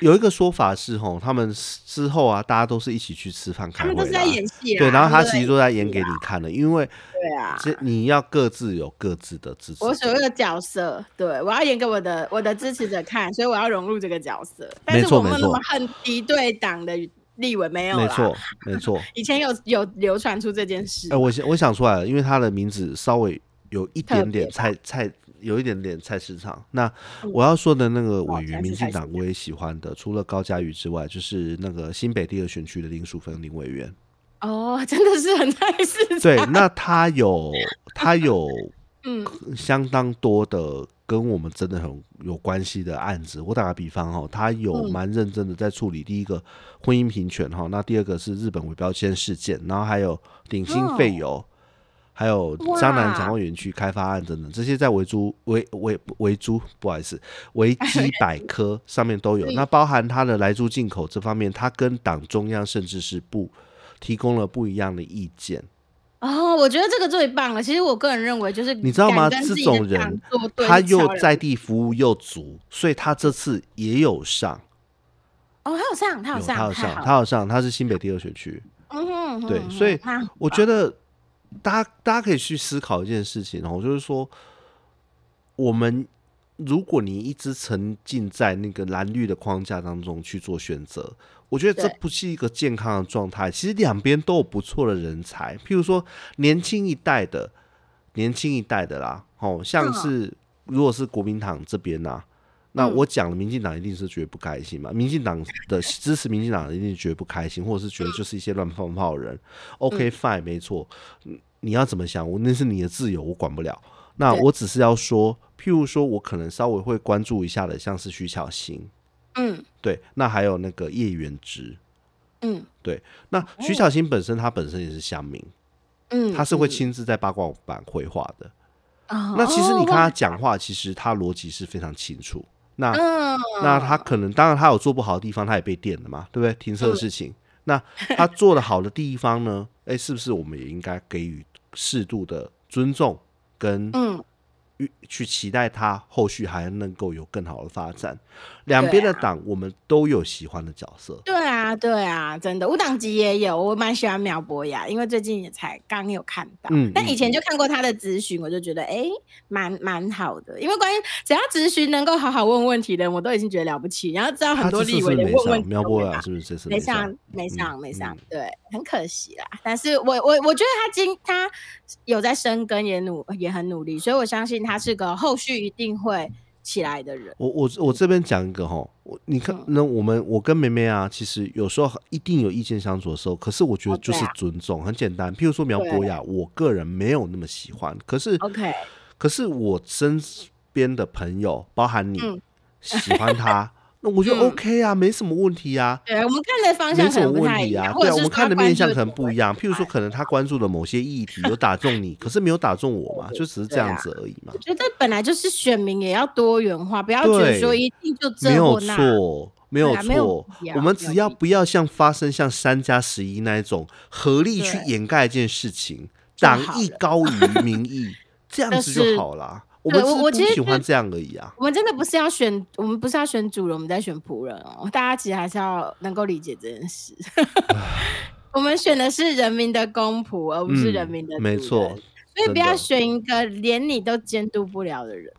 A: 有一个说法是吼，他们之后啊，大家都是一起去吃饭
B: 他
A: 开
B: 们都
A: 会
B: 是
A: 啦
B: 在。演戏啦。
A: 对，然后他
B: 对
A: 其实都在演给你看的，因为
B: 对啊，
A: 这你要各自有各自的支持。
B: 我所谓的角色，对我要演给我的我的支持者看，所以我要融入这个角色。但
A: 没
B: 是
A: 错
B: 我没有
A: 没
B: 那
A: 错
B: 么恨敌对党的立委没有啦
A: 没错，没错。
B: 以前有有流传出这件事
A: 哎、，我想我想出来了，因为他的名字稍微有一
B: 特
A: 点
B: 别
A: 点
B: 吧
A: 菜菜，有一点点菜市场。那
B: 嗯
A: 我要说的那个
B: 哦
A: 委
B: 菜
A: 员，
B: 市
A: 民进
B: 菜市
A: 党我也喜欢的，除了高嘉瑜之外，就是那个新北第二选区的林淑芬林委员。
B: 哦， 真的是很菜市场。
A: 对，那他有他有
B: 嗯，
A: 相当多的跟我们真的很有关系的案子。我打个比方哦，他有
B: 嗯
A: 蛮认真的在处理第一个婚姻平权哈，那第二个是日本伪标签事件，然后还有顶新废油。还有
B: 哦哇
A: 江南强化园区开发案等等，这些在维珠维维维珠，不好意思，维 基百科上面都有。
B: 嗯
A: 那包含它的来猪进口这方面，它跟党中央甚至是不提供了不一样的意见。
B: 哦，我觉得这个最棒了。其实我个人认为，就是
A: 你知道
B: 敢
A: 吗
B: 跟
A: 这
B: 自己
A: 种
B: 的党
A: 人
B: 作对
A: 他
B: 是超
A: 又
B: 人
A: 在地服务又足，所以他这次也有上，
B: 哦，他有上，他有
A: 有
B: 上，
A: 他有
B: 太
A: 上，
B: 好
A: 他有上，他是新北第二选区。
B: 嗯哼，
A: 对
B: 嗯
A: 所以
B: 哼那很
A: 我
B: 棒
A: 觉得大家大家可以去思考一件事情哦，就是说，我们如果你一直沉浸在那个蓝绿的框架当中去做选择，我觉得这
B: 对
A: 不是一个健康的状态。其实两边都有不错的人才，譬如说年轻一代的，年轻一代的啦，哦，像
B: 嗯
A: 是、如果是国民党这边呐、那
B: 嗯
A: 我讲了，民进党一定是觉得不开心嘛。民进党 的支持民进党的一定觉得不开心，或者是
B: 嗯
A: 觉得就是一些乱放炮的人。OK fine，没错，嗯你要怎么想，我那是你的自由，我管不了。那
B: 对
A: 我只是要说，譬如说我可能稍微会关注一下的，像是徐巧芯，
B: 嗯
A: 对，那还有那个叶元之，
B: 嗯
A: 对。那徐巧芯本身，她本身也是乡民，
B: 哦嗯，
A: 她是会
B: 嗯
A: 亲自在八卦版绘画的。
B: 哦
A: 那其实你
B: 哇
A: 看他讲话，其实他逻辑是非常清楚。那
B: 嗯，
A: 那他可能当然他有做不好的地方，他也被电了嘛，对不对？停车
B: 嗯
A: 的事情。那他做的好的地方呢？哎，是不是我们也应该给予适度的尊重跟
B: 嗯
A: 预去期待他后续还能够有更好的发展？两边
B: 啊
A: 的党我们都有喜欢的角色，
B: 对啊，对啊，真的，五档集也有，我蛮喜欢苗博雅，因为最近也才刚有看到，
A: 嗯
B: 但以
A: 嗯
B: 前就看过他的咨询，我就觉得哎，蛮蛮好的，因为关于只要咨询能够好好问问题的人，我都已经觉得了不起，然后知道很
A: 他
B: 多
A: 这次
B: 立
A: 是不
B: 委
A: 是
B: 的
A: 没
B: 问问
A: 上？
B: 题
A: 苗
B: 都
A: 博
B: 会
A: 雅
B: 答
A: 是不是这次
B: 没
A: 上
B: 上？没上没
A: 嗯
B: 上，对，很可惜啦。但是我我我觉得他今他有在深耕，也努也很努力，所以我相信他是个后续一定会起来的人。
A: 我我我这边讲一个哈，我你看，那我们我跟梅梅啊，其实有时候一定有意见相左的时候，可是我觉得
B: 哦
A: 就是
B: 对啊
A: 尊重，很简单。譬如说苗博雅，我个人没有那么喜欢，可是
B: OK，
A: 可是我身边的朋友，包含你、
B: 嗯
A: 喜欢他， 那我觉得
B: 嗯
A: OK 啊，没什么问题啊。
B: 对，我们看的方向
A: 没
B: 可
A: 什么
B: 能不
A: 问
B: 太一
A: 题
B: 样，
A: 啊，
B: 或
A: 对啊，
B: 者
A: 我
B: 是
A: 们
B: 说他
A: 看的面
B: 关注
A: 向
B: 的
A: 可能
B: 点
A: 不一样。譬如说，
B: 哎
A: 可能他关注的某些议题有打中你，可是没有打中我嘛，就只是这样子而已嘛
B: 我，觉得本来就是选民也要多元化，不要觉得
A: 对
B: 说一定就
A: 没
B: 这
A: 有
B: 或那。
A: 错，没有
B: 对啊没有
A: 错
B: 必要。
A: 我们只要不要像发生像三加十一那一种合力去
B: 对
A: 掩盖一件事情，
B: 就好
A: 党
B: 了
A: 意高于民意，这样子
B: 就是
A: 就好啦。我们
B: 对
A: 只
B: 我
A: 是
B: 我
A: 不
B: 其实
A: 喜欢
B: 就
A: 这样而已啊。
B: 我们真的不是要选，我们不是要选主人，我们在选仆人哦。大家其实还是要能够理解这件事。 我们选的是人民的公仆，而不是人民的、
A: 嗯、没错，，
B: 所以
A: 真
B: 不要
A: 的
B: 选一个连你都监督不了的人。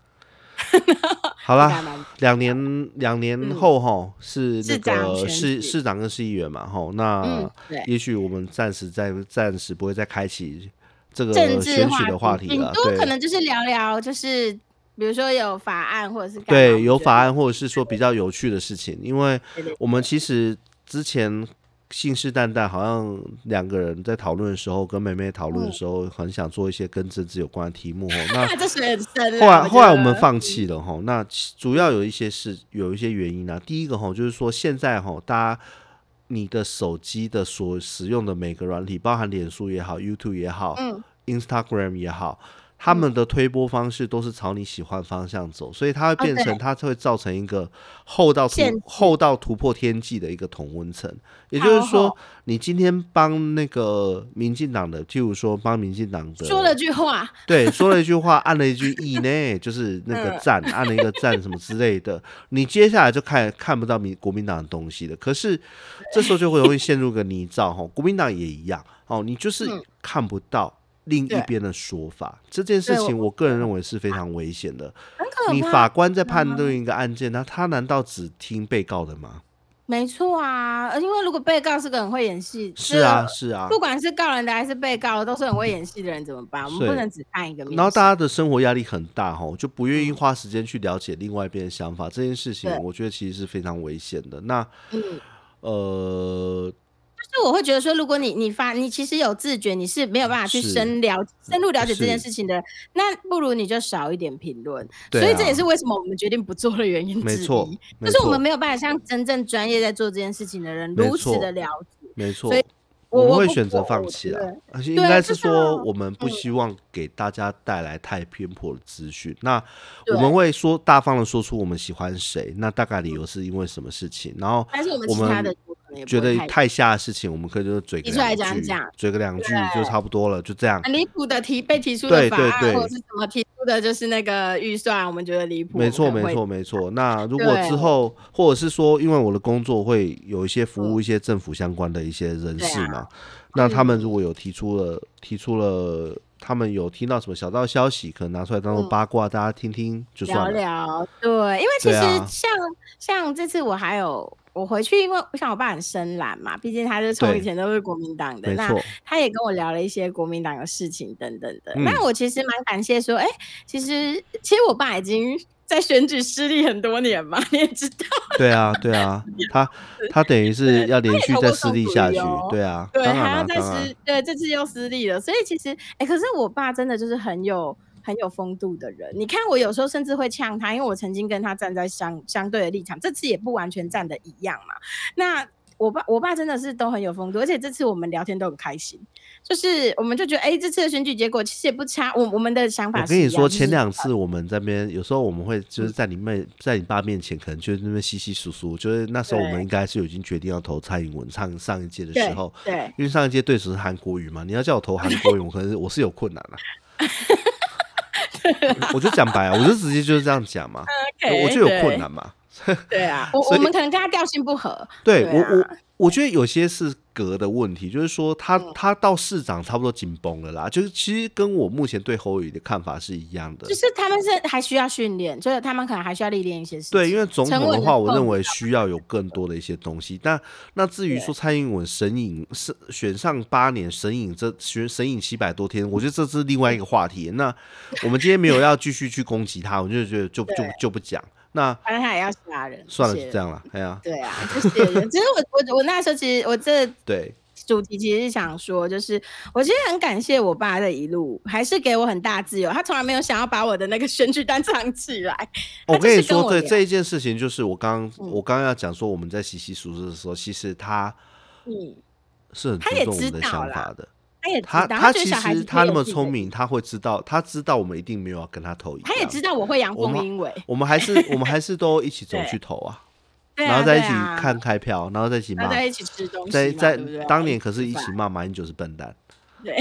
A: 好
B: 这样
A: 啦，
B: 蛮
A: 两年两年后哈、是那
B: 嗯市长
A: 个
B: 选
A: 市
B: 举
A: 市长跟市议员嘛哈，那
B: 嗯对
A: 也许我们暂时在暂时不会再开启这个
B: 政治
A: 选举的
B: 话
A: 话题
B: 顶
A: 了，
B: 多可
A: 对
B: 能就是聊聊，就是比如说有法案或者是干嘛
A: 对，有法
B: 案，
A: 案或者是说比较有趣的事情，因为
B: 对对
A: 我们其实之前。信誓旦旦，好像两个人在讨论的时候，跟妹妹讨论的
B: 嗯
A: 时候，很想做一些跟政治有关的题目哦。那
B: 那 这水很深啦。
A: 后来
B: 觉
A: 后来我们
B: 得
A: 放弃了哈，那其主要有一些是有一些原因啊。第一个哈，就是说现在哈，大家你的手机的所使用的每个软体，包含脸书也好、YouTube 也好、
B: 嗯
A: Instagram 也好，他们的推波方式都是朝你喜欢的方向走，所以它会变成，
B: 啊对
A: 它会造成一个厚到突
B: 限制
A: 厚到突破天际的一个同温层。也就是
B: 好
A: 说，你今天帮那个民进党的，譬如说帮民进党的
B: 说了句话，
A: 对，说了一句话，按了一句意呢，就是那个
B: 嗯
A: 赞，按了一个赞什么之类的，你接下来就看看不到民国民党的东西了。可是这时候就会容易陷入个泥沼哈，国民党也一样哦，你就是
B: 嗯
A: 看不到另一
B: 对
A: 边的说法。这件事
B: 对我嗯
A: 情，我个人认为是非常危险的。
B: 很可
A: 你
B: 怕。
A: 法官在判论一个案件，那他难道只听被告的吗？
B: 没错啊，呃因为如果被告是个很会演戏，
A: 是啊，
B: 这
A: 是啊
B: 个。不管是告人的还是被告的，都是很会演戏的人，怎么办？我们
A: 是
B: 不能只看一个面
A: 然后大
B: 相
A: 家的生活压力很大吼，就不愿意花时间去了解另外一边的想法，这件事情
B: 嗯对
A: 我觉得其实是非常危险的。那
B: 嗯，
A: 呃，
B: 就是我会觉得说，如果你你发你其实有自觉，你是没有办法去
A: 是
B: 深了深入了解这件
A: 是
B: 事情的，那不如你就少一点评论。
A: 对啊、
B: 所以这也是为什么我们决定不做的原因
A: 没
B: 之
A: 错
B: 一，，
A: 没
B: 就是我
A: 错
B: 们没有办法像真正专业在做这件事情的人
A: 没
B: 如此
A: 错
B: 的了解。
A: 没错
B: 所以，我
A: 我们
B: 我
A: 会
B: 不
A: 选择
B: 我
A: 放
B: 我
A: 弃
B: 觉
A: 啊
B: 得。
A: 而且应
B: 对
A: 该
B: 就是是啊
A: 说，我们不希望给大家带来太偏颇的资讯。那
B: 对
A: 我们会说大方的说出我们喜欢谁，那大概理由是因为什么事情，然后
B: 但是我们
A: 我
B: 其他
A: 们
B: 的有可能也不
A: 觉
B: 会
A: 得
B: 太
A: 太瞎的事情，我们可以就是嘴个
B: 提出来
A: 两
B: 讲
A: 句
B: 讲，
A: 嘴个两句就差不多了，就这样。
B: 很离谱的提被提出
A: 对
B: 的法
A: 对
B: 案
A: 对
B: 或者是什么提出的就是那个预算，我们觉得离谱。
A: 没
B: 我
A: 错，
B: 们可
A: 没
B: 能会
A: 错，没错。那如果
B: 对
A: 之后，或者是说，因为我的工作会有一些服务一些政府相关的一些人
B: 嗯对啊嗯
A: 士嘛，那他们如果有提出了提出了，他们有听到什么小道消息，可能拿出来当做
B: 嗯
A: 八卦，大家听听就
B: 聊
A: 算了。
B: 聊，对，因为其
A: 对
B: 实
A: 啊
B: 像、像这次我还有我回去，因为像我爸很深蓝嘛，毕竟他是从
A: 对
B: 以前都是国民党的，
A: 没
B: 那
A: 错，
B: 他也跟我聊了一些国民党的事情等等的。
A: 嗯
B: 那我其实蛮感谢说，哎、其实其实我爸已经在选举失利很多年嘛， 你也知道，
A: 对啊，对 啊，他他等于是要连续
B: 投
A: 在
B: 过
A: 私
B: 中
A: 立
B: 途
A: 下去
B: 哟，
A: 对啊，
B: 对，
A: 当然
B: 还要
A: 啊，
B: 再
A: 当然
B: 失，对，这次又失利了。所以其实，哎、可是我爸真的就是很有。很有风度的人，你看我有时候甚至会呛他，因为我曾经跟他站在相相对的立场，这次也不完全站的一样嘛。那我爸我爸真的是都很有风度，而且这次我们聊天都很开心，就是我们就觉得，哎、这次的选举结果其实也不差，我我们的想法
A: 我
B: 是
A: 跟
B: 一
A: 你
B: 样。
A: 说，
B: 就
A: 前
B: 是呃嗯
A: 两次我们这边有时候我们会就是在你妹、在你爸面前，可能就是那边稀稀疏疏。就是那时候我们
B: 对
A: 应该是已经决定要投蔡英文上上一届的时
B: 对
A: 候，
B: 对，
A: 因为上一届对手是韩国瑜嘛，你要叫我投韩国瑜，我可能是我是有困难了、我就讲白啊，我就直接就是这样讲嘛，我就有困。难嘛。
B: 对啊，我
A: 所
B: 我
A: 以
B: 们可能跟他调性不合，
A: 对
B: 对嗯
A: 我我
B: 啊
A: 我觉得有些是格的问题，就是说他他到市长差不多紧绷了啦，就是其实跟我目前对侯宇的看法是一样的
B: 就。是他们是还需要训练，就是他们可能还需要历练一些事情。
A: 对，因为总
B: 成
A: 统
B: 为
A: 的
B: 你
A: 话，
B: 的
A: 我
B: 动
A: 认
B: 力
A: 为需要有更多的一些东西。但那至于
B: 对
A: 说蔡英文神隐是选上八年，神隐这选神隐七百多天，我觉得这是另外一个话题。那我们今天没有要继续去攻击他，我就觉得就就就不讲。那
B: 反正他也要杀人。
A: 算了，
B: 谢
A: 就这样了。哎呀，
B: 对啊，就是其实我我我那时候其实我这
A: 对，
B: 主题其实是想说，就是我其实很感谢我爸的一路，还是给我很大自由。他从来没有想要把我的那个选举单藏起来。他
A: 我
B: 就是
A: 跟你
B: 跟
A: 说，
B: 我
A: 对
B: 聊
A: 这一件事情，就是我刚我刚刚要讲说，我们在洗洗漱漱的时候，其实他
B: 嗯，
A: 是很
B: 他
A: 尊
B: 也
A: 重我
B: 知
A: 们的
B: 道
A: 想
B: 啦
A: 法的。
B: 他也知
A: 他
B: 道，他觉得
A: 其
B: 小孩
A: 实
B: 子
A: 他
B: 是
A: 那
B: 有
A: 么
B: 自己
A: 聪
B: 的，
A: 明，他会知道，他知道我们一定没有要跟他投一样。
B: 他也知道我会阳
A: 我
B: 奉
A: 们
B: 阴违。
A: 我们还 是我们还是都一起走
B: 对
A: 去投啊，
B: 对
A: 然
B: 啊，
A: 后在一
B: 对
A: 起
B: 啊，
A: 看开票，然后在一起
B: 然
A: 骂
B: 后，在一起吃东西嘛，
A: 在在
B: 对不对
A: 当年可是一
B: 吃饭
A: 起骂马英九是笨蛋，
B: 对，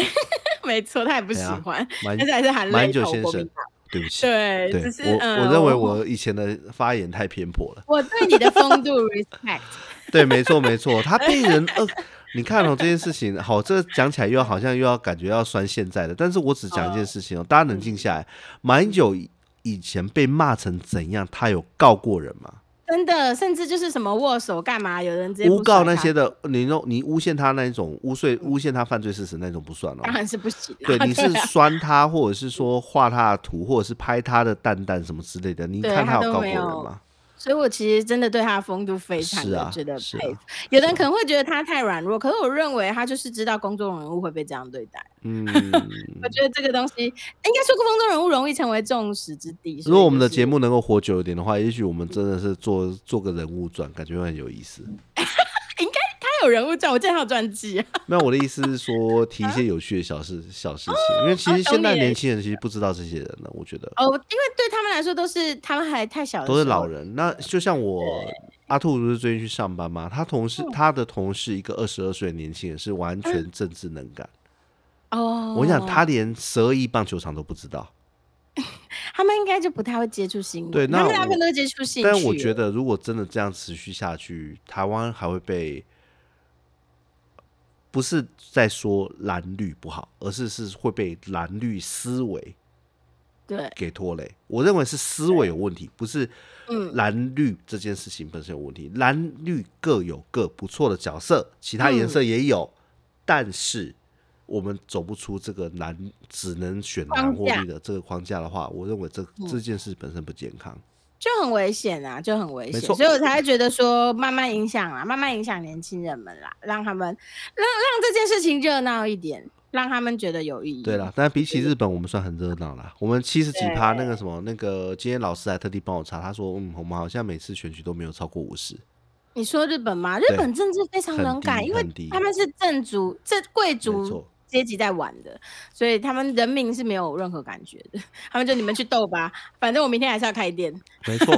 B: 没错，他也不
A: 对
B: 喜
A: 啊
B: 欢，
A: 马
B: 但
A: 英
B: 是还是含
A: 马英
B: 泪
A: 九
B: 投
A: 先
B: 国
A: 生
B: 民党。，
A: 对不起，
B: 对，
A: 对
B: 只是
A: 我
B: 嗯
A: 我认为我以前的发言太偏颇了，
B: 我对你的风度 respect，
A: 对，没错没 错，他被人呃，你看哦这件事情，好，这讲起来又好像又要感觉要酸现在的，但是我只讲一件事情
B: 嗯
A: 哦，大家冷静下来，马英九以以前被骂成怎样，他有告过人吗？
B: 真的，甚至就是什么握手干嘛，有人直接
A: 诬
B: 不
A: 告
B: 甩
A: 那
B: 他
A: 些，的，你弄你诬陷他那一种诬罪诬陷他犯罪事实那种不算哦。
B: 当然是不行啦。
A: 对，你是
B: 啊
A: 酸他，或者是说画他的图，或者是拍他的蛋蛋什么之类的，你
B: 对
A: 看
B: 他
A: 他有
B: 都
A: 告过
B: 没
A: 人
B: 有
A: 吗？
B: 所以我其实真的对他的风度非常
A: 是
B: 的
A: 啊
B: 觉得
A: 是
B: 佩
A: 啊
B: 服。有的人可能会觉得他太软弱，可是我认为他就是知道公众人物会被这样对待。
A: 嗯，
B: 我觉得这个东西，应该说公众人物容易成为众矢之的。所
A: 如
B: 以
A: 果我们
B: 就
A: 的
B: 是
A: 节目能够活久一点的话，也许我们真的是做做个人物传，感觉会很有意思。
B: 有人物传，我正好传记啊。
A: 没有，我的意思是说，提一些有趣的小事、小事情，因为
B: 啊
A: 其实现在年轻人其实不知道这些人了，我觉得
B: 哦，因为对他们来说都是他们还太小的时
A: 都
B: 候，
A: 是老人。那就像我阿兔不是最近去上班吗？他同
B: 嗯
A: 事他的同事一个二十二岁的年轻人是完全政治能干，
B: 哦。
A: 我想他连十二亿棒球场都不知道。
B: 他们应该就不太会接触新闻，
A: 对那
B: 他们大
A: 我
B: 部分都会接触兴趣。
A: 但我觉得如果真的这样持续下去，台湾还会被。不是在说蓝绿不好，而是是会被蓝绿思维
B: 对，
A: 给拖累。我认为是思维有问题，不是
B: 嗯
A: 蓝绿这件事情本身有问题。蓝绿各有各不错的角色，其他颜
B: 嗯
A: 色也有，但是我们走不出这个蓝，只能选蓝或
B: 框架嗯
A: 绿的这个框架的话，我认为这这件事本身不健康。
B: 就很危险啊，就很危
A: 没
B: 险，
A: 错
B: 所以我才会觉得说慢慢影响啊，慢慢影响年轻人们啦，让他们让让这件事情热闹一点，让他们觉得有意义。
A: 对啦，但比起日本，我们算很热闹啦。我们七十几趴那个什么，那个今天老师还特地帮我查，他说，嗯，我们好像每次选举都没有超过五十。
B: 你说日本吗？日
A: 对
B: 本政治非常
A: 很
B: 冷感，
A: 低
B: 因为
A: 很低
B: 他们是正族、这贵
A: 没
B: 族
A: 错
B: 阶级在玩的，所以他们人民是没有任何感觉的。 他们就你们去斗吧，反正我明天还是要开店。
A: 没 错，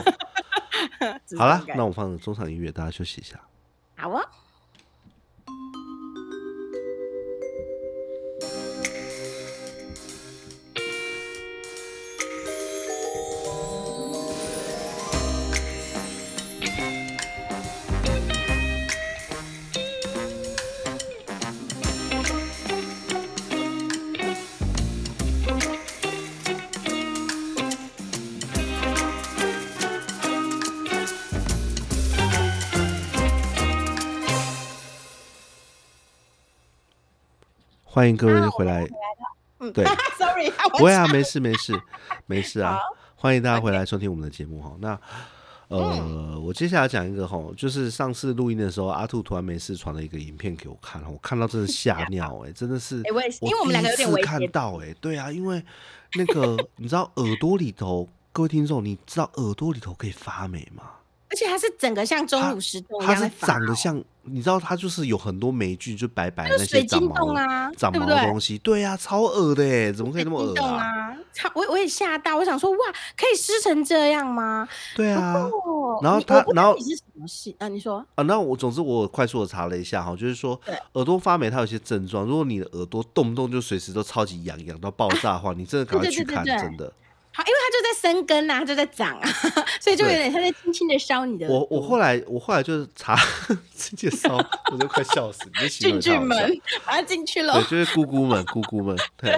A: 好
B: 只是这
A: 啦
B: 种，感
A: 那
B: 觉
A: 我放中场音乐，大家休息一下。
B: 好啊、
A: 欢迎各位回来。
B: 嗯，
A: 对
B: ，sorry，啊我
A: 不会啊，没事没事没事啊，欢迎大家
B: OK 嗯
A: 回来收听我们的节目哈。那呃，我接下来讲一个哈，就是上次录音的时候，阿兔突然没事传了一个影片给我看，我看到真的 吓尿哎、真的是
B: 哎我也是因为我们
A: 第
B: 两个
A: 一
B: 有点
A: 次
B: 危
A: 看
B: 险
A: 到哎、对啊，因为那个你知道耳朵里头，各位听众，你知道耳朵里头可以发霉吗？
B: 而且它是整个像钟乳石洞一
A: 它
B: 样
A: 是
B: 的
A: 长得像，你知道它就是有很多霉菌，就白白的那些
B: 水
A: 长
B: 晶
A: 毛
B: 洞
A: 的、
B: 啊
A: 长
B: 对
A: 毛
B: 不
A: 的
B: 对
A: 东西，对啊，超恶的哎、怎么可以那么
B: 运
A: 恶
B: 动啊，超我我也吓到，我想说哇，可以湿成这样吗？
A: 对啊，
B: 哦
A: 然后
B: 你
A: 它
B: 我不知
A: 然
B: 道
A: 后
B: 你是什么系啊？你说
A: 啊，那我总之我快速的查了一下哈，就是说
B: 对
A: 耳朵发霉，它有一些症状。如果你的耳朵动不动就随时都超级痒，痒到爆炸的话，你真的赶快
B: 对对
A: 去
B: 对对
A: 看，
B: 对
A: 真的。
B: 好，因为它就在生根啊，它就在长啊， 所以就有
A: 对
B: 点它在轻轻的烧你的
A: 我我后来我后来就是查这介 绍，我都快笑死，你这形容
B: 俊
A: 也太
B: 俊
A: 好笑
B: 们把它进去
A: 对
B: 喽，。
A: 就是姑姑们，姑姑们。对，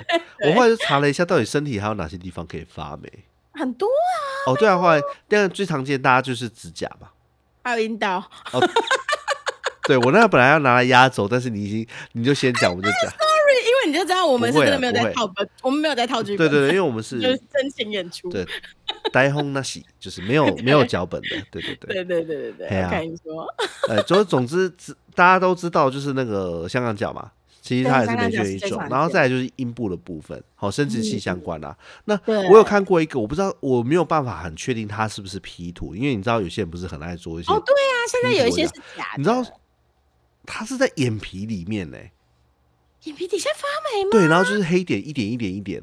A: 我后来就查了一下，到底身体还有哪些地方可以发霉。
B: 很多啊，
A: 哦，对啊，后来但最常见大家就是指甲嘛。
B: 还有阴道，
A: 对我那本来要拿来压轴，但是你已经你就先讲，我们就 讲。
B: 对，因为你就知道我们是
A: 不会
B: 真
A: 啊
B: 的没有
A: 不
B: 在
A: 会
B: 套本，我们没有在套剧
A: 对
B: 本，
A: 对对，因为我们
B: 就是是真情演出。
A: 对，呆轰那喜就是没有没有脚本的，对对对。
B: 对对对对
A: 嘿
B: 对，
A: 啊
B: 我看你说，
A: 呃，总总之，知大家都知道，就是那个香港脚嘛，其实
B: 对
A: 它也是
B: 香港
A: 霉
B: 脚
A: 菌
B: 是
A: 一
B: 最
A: 种
B: 常，
A: 然后
B: 见嗯
A: 再来就是阴部的部分，好、生殖器相关啦、啊那
B: 对
A: 我有看过一个，我不知道我没有办法很确定它是不是 P 图，因为你知道有些人不是很爱做一些，
B: 哦对啊，现在有一些
A: 衣
B: 是
A: 服
B: 假的，
A: 你知道它是在眼皮里面呢、
B: 眼皮底下发霉吗？
A: 对，然后就是黑点一点一点一点，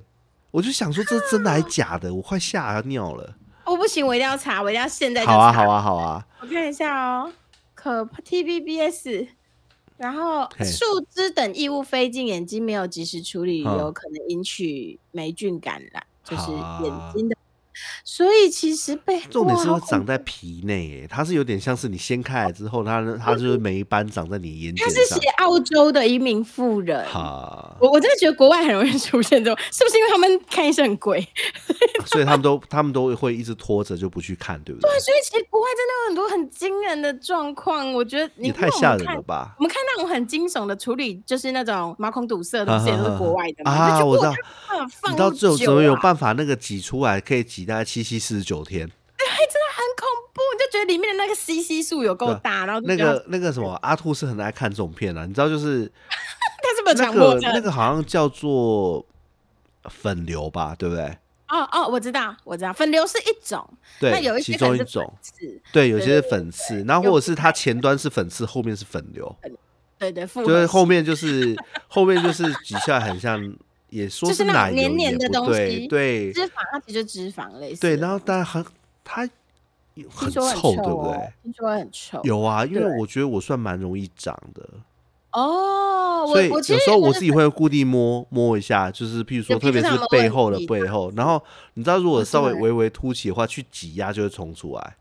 A: 我就想说这是真的还假的，我快吓尿了。
B: 哦不行，我一定要查，我一定要现在就
A: 好啊，
B: 查
A: 好啊，好啊，
B: 我看一下哦，可 TVBS，然后
A: 嘿
B: 树枝等异物飞进眼睛，没有及时处理，
A: 嗯
B: 有可能引起霉菌感染，就是
A: 啊
B: 眼睛的。所以其实被
A: 重点是
B: 哇
A: 会
B: 好
A: 长
B: 恐
A: 在皮内，哎，它是有点像是你掀开来之后，它它就是霉斑长在你眼
B: 他
A: 睑
B: 是
A: 上
B: 写。澳洲的一名妇人。
A: 哈，
B: 我我真的觉得国外很容易出现这种，是不是因为他们看医生很贵？
A: 所以他们都他们都会一直拖着就不去看，对不对？
B: 对，啊所以其实国外真的有很多很惊人的状况，我觉得你
A: 也太吓人了。吧！
B: 我们看那种很惊悚的处理，就是那种毛孔堵塞的，不是也都是国外的吗？就
A: 啊，
B: 觉得
A: 我知
B: 哇
A: 道，
B: 他们放
A: 你到
B: 那么
A: 最后
B: 久
A: 怎么有
B: 啊
A: 办法那个挤出来可以挤大概七七四十九天？
B: 很恐怖，你就觉得里面的那个 CC 数有够
A: 对啊
B: 大，然后就
A: 那
B: 觉得
A: 个那个什么，阿兔是很爱看这种片啊，你知道就是
B: 它它是不是
A: 那
B: 强迫
A: 个
B: 症？
A: 那个好像叫做粉瘤吧，对不对？
B: 哦哦，我知道，我知道，粉瘤是一种，那有
A: 对，
B: 一
A: 其
B: 些可
A: 中
B: 能
A: 一
B: 是
A: 种
B: 粉，刺
A: 对，有些
B: 对
A: 是粉刺，然后
B: 有
A: 或者
B: 不
A: 是它前端是粉刺，后面是粉瘤，
B: 对对，复
A: 就
B: 合
A: 是
B: 式
A: 后面就是后面就是挤下来很像，也说
B: 就是那种
A: 奶油
B: 黏黏
A: 也
B: 的
A: 不
B: 东
A: 对
B: 西
A: 对
B: 脂肪，它其实就脂肪类似的。
A: 对，然后但很它
B: 听
A: 很
B: 说很
A: 臭，对
B: 哦
A: 不对？？
B: 听说很臭。
A: 有啊，因为
B: 对
A: 我觉得我算蛮容易长的，
B: 哦，我
A: 所以
B: 我其
A: 有
B: 实
A: 时候
B: 觉
A: 我自
B: 得
A: 己会固定摸摸一下，就是譬如说，
B: 就
A: 特
B: 皮
A: 别
B: 肤
A: 是
B: 上有没有
A: 背
B: 问
A: 后的
B: 题
A: 背
B: 这样
A: 后，然后你知道，如果
B: 我是
A: 稍微
B: 会
A: 微微凸起的话，去挤压就会冲出来。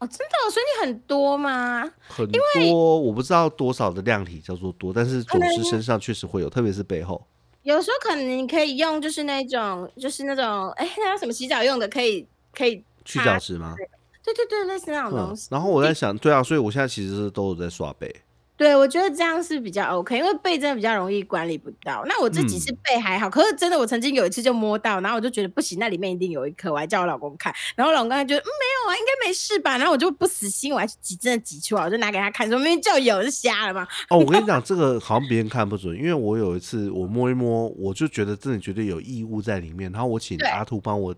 B: 哦，真的哦、所以你很多吗？
A: 很多我不知道多少的量体叫做多，但是
B: 可
A: 总是
B: 能
A: 身上确实会有，特别是背后。
B: 有时候可能你可以用，就是那种，就是那种，哎，那叫什么洗澡用的，可以，可以，
A: 去
B: 擦
A: 角质吗？
B: 啊对对对，类似那种东
A: 嗯
B: 西。，
A: 然后我在想，对啊，所以我现在其实是都有在刷 背，
B: 对，我觉得这样是比较 OK，因为背真的比较容易管理不到。那我自己是
A: 嗯
B: 背还好，可是真的我曾经有一次就摸到，然后我就觉得不行，那里面一定有一颗，我还叫我老公看，然后我老公还觉得、嗯、没有啊，应该没事吧，然后我就不死心，我还去挤，真的挤出来，我就拿给他看，说明明就有，是瞎了吗？
A: 哦，我跟你讲，这个好像别人看不准，因为我有一次我摸一摸，我就觉得真的觉得有异物在里面，然后我请
B: 对嗯
A: 阿兔帮我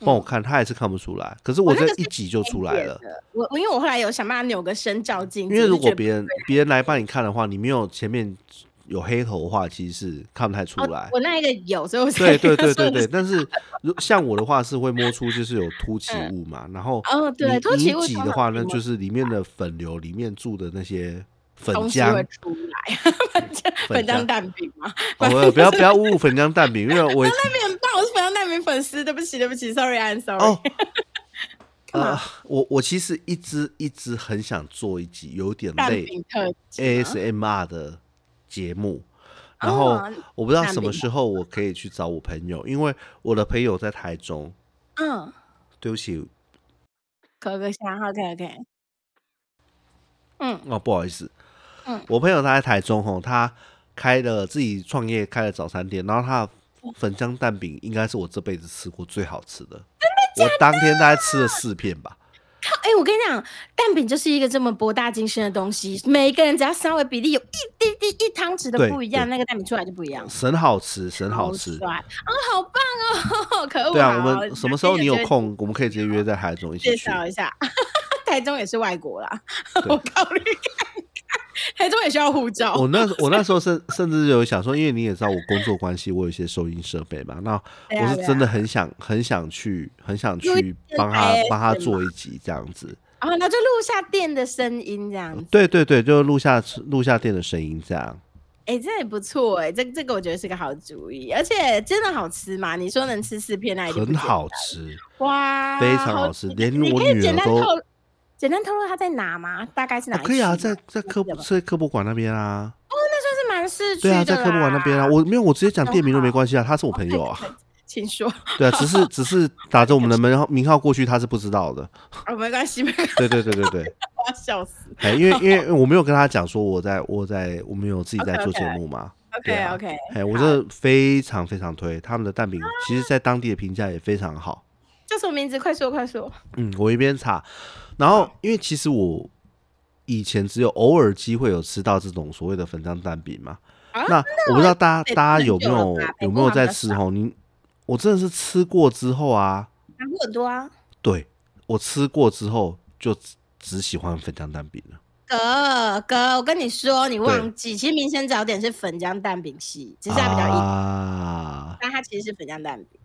A: 帮我看，他也是看不出来，可是我
B: 那
A: 这
B: 个是
A: 一挤就出来了，
B: 我我因为我后来有想办法扭个身照镜
A: 因
B: 子，
A: 为
B: 我就
A: 如果
B: 觉得
A: 别人别人来帮你看的话，你没有前面有黑头的话，其实是看不太出来
B: 哦、。我那一个有，所以我
A: 对
B: 才
A: 对
B: 跟他
A: 对对
B: 说
A: 对，
B: 你
A: 但 是如像我的话是会摸出就是有凸起
B: 嗯
A: 物嘛，然后
B: 哦对
A: 你
B: 凸
A: 你
B: 起物
A: 挤
B: 通
A: 的
B: 常
A: 话
B: 可以
A: 呢，
B: 摸
A: 就是里面的粉瘤里面住的那些粉
B: 东西
A: 浆
B: 会，出来， 粉浆
A: 粉
B: 粉
A: 浆
B: 浆蛋饼吗？
A: 哦
B: 反
A: 不
B: 正
A: 要不要
B: 就
A: 不
B: 是
A: 要侮辱粉浆蛋饼，因 为我
B: 蛋饼很棒，我是粉浆蛋饼粉丝，对不起对不起，sorry，I'm sorry。
A: 哦
B: 干嘛
A: 呃，我我其实一直一直很想做一集有点
B: 蛋
A: 累
B: 饼特辑吗
A: ASMR 的节目，然后
B: 哦
A: 我不知道
B: 蛋
A: 什么
B: 饼
A: 时候我可以去找我朋友，因为我的朋友在台中，
B: 嗯，
A: 对不起
B: 咳个香，OK OK。嗯，
A: 哦，不好意思，
B: 嗯
A: 我朋友他在台中吼，他开了自己创业开了早餐店，然后他的粉浆蛋饼应该是我这辈子吃过最好吃的，我当天大概吃了四片吧。
B: 靠，哎、我跟你讲，蛋饼就是一个这么博大精深的东西，每一个人只要稍微比例有一滴滴一汤匙的
A: 对
B: 不一样，那个蛋饼出来就不一样，
A: 神好吃，神好吃
B: 帅。啊、好棒哦！可 恶，
A: 对啊，
B: 好
A: 我们什么时候你有？空，我们可以直接约在台中一
B: 介
A: 起去。
B: 绍一下，台中也是外国啦，
A: 对
B: 我考虑看看，台中也需要护照。
A: 我那我那时候甚甚至有想说，因为你也知道我工作关系，我有一些收音设备嘛，那
B: 对啊
A: 我是
B: 对啊
A: 真的很想很想去很想
B: 因为
A: 去
B: 电
A: 帮他
B: 台
A: 帮他
B: ASMR
A: 做一集这样子。
B: 然后那就录下店的声音这样子，
A: 对对对，就录下录下店的声音这样。
B: 哎、这也不错哎、这这个我觉得是个好主意，而且真的好吃嘛？你说能吃四片那一定不
A: 很
B: 简单
A: 好吃，
B: 哇，
A: 非常好吃，连
B: 你
A: 我
B: 可以
A: 女
B: 简
A: 儿
B: 单
A: 都、
B: 透简单透露它在哪吗？大概是哪
A: 啊
B: 一、
A: 可以啊，在在科
B: 记得吧
A: 在科博馆那边啊，
B: 就是蛮市区
A: 对啊，
B: 的
A: 在科博馆那边啊，
B: 啦
A: 我没有，我直接讲
B: 都
A: 店名都没
B: 好
A: 关系啊，他是我朋友啊，
B: 请说，
A: 对啊，只 是只是打着我们的门号名号过去，他是不知道的，
B: 哦，没关系， 没关系，
A: 对对对对 对，
B: 我要笑死。
A: 哎，因为因为我没有跟他讲说我在我在我们有自己在做节
B: OK，OK
A: 目嘛， 对
B: OK
A: 啊
B: OK，
A: 哎，我真的非常非常推他们的蛋饼，其实在当地的评价也非常好。
B: 叫什么名字？快说快说。
A: 嗯，我一边查，然后因为其实我以前只有偶尔机会有吃到这种所谓的粉浆蛋饼嘛，
B: 啊
A: 那我不知道大家
B: 对
A: 大家
B: 真的
A: 有没
B: 很久了
A: 有
B: 吧
A: 有
B: 北
A: 没
B: 部
A: 有
B: 好
A: 在
B: 像
A: 吃吼？你我真的是吃过之后啊，
B: 拿过很多啊，
A: 对我吃过之后就只只喜欢粉浆蛋饼了。
B: 哥哥，我跟你说，你
A: 对
B: 忘记，其实民生早点是粉浆蛋饼系，只是它比较硬，
A: 啊，
B: 但它其实是粉浆蛋饼。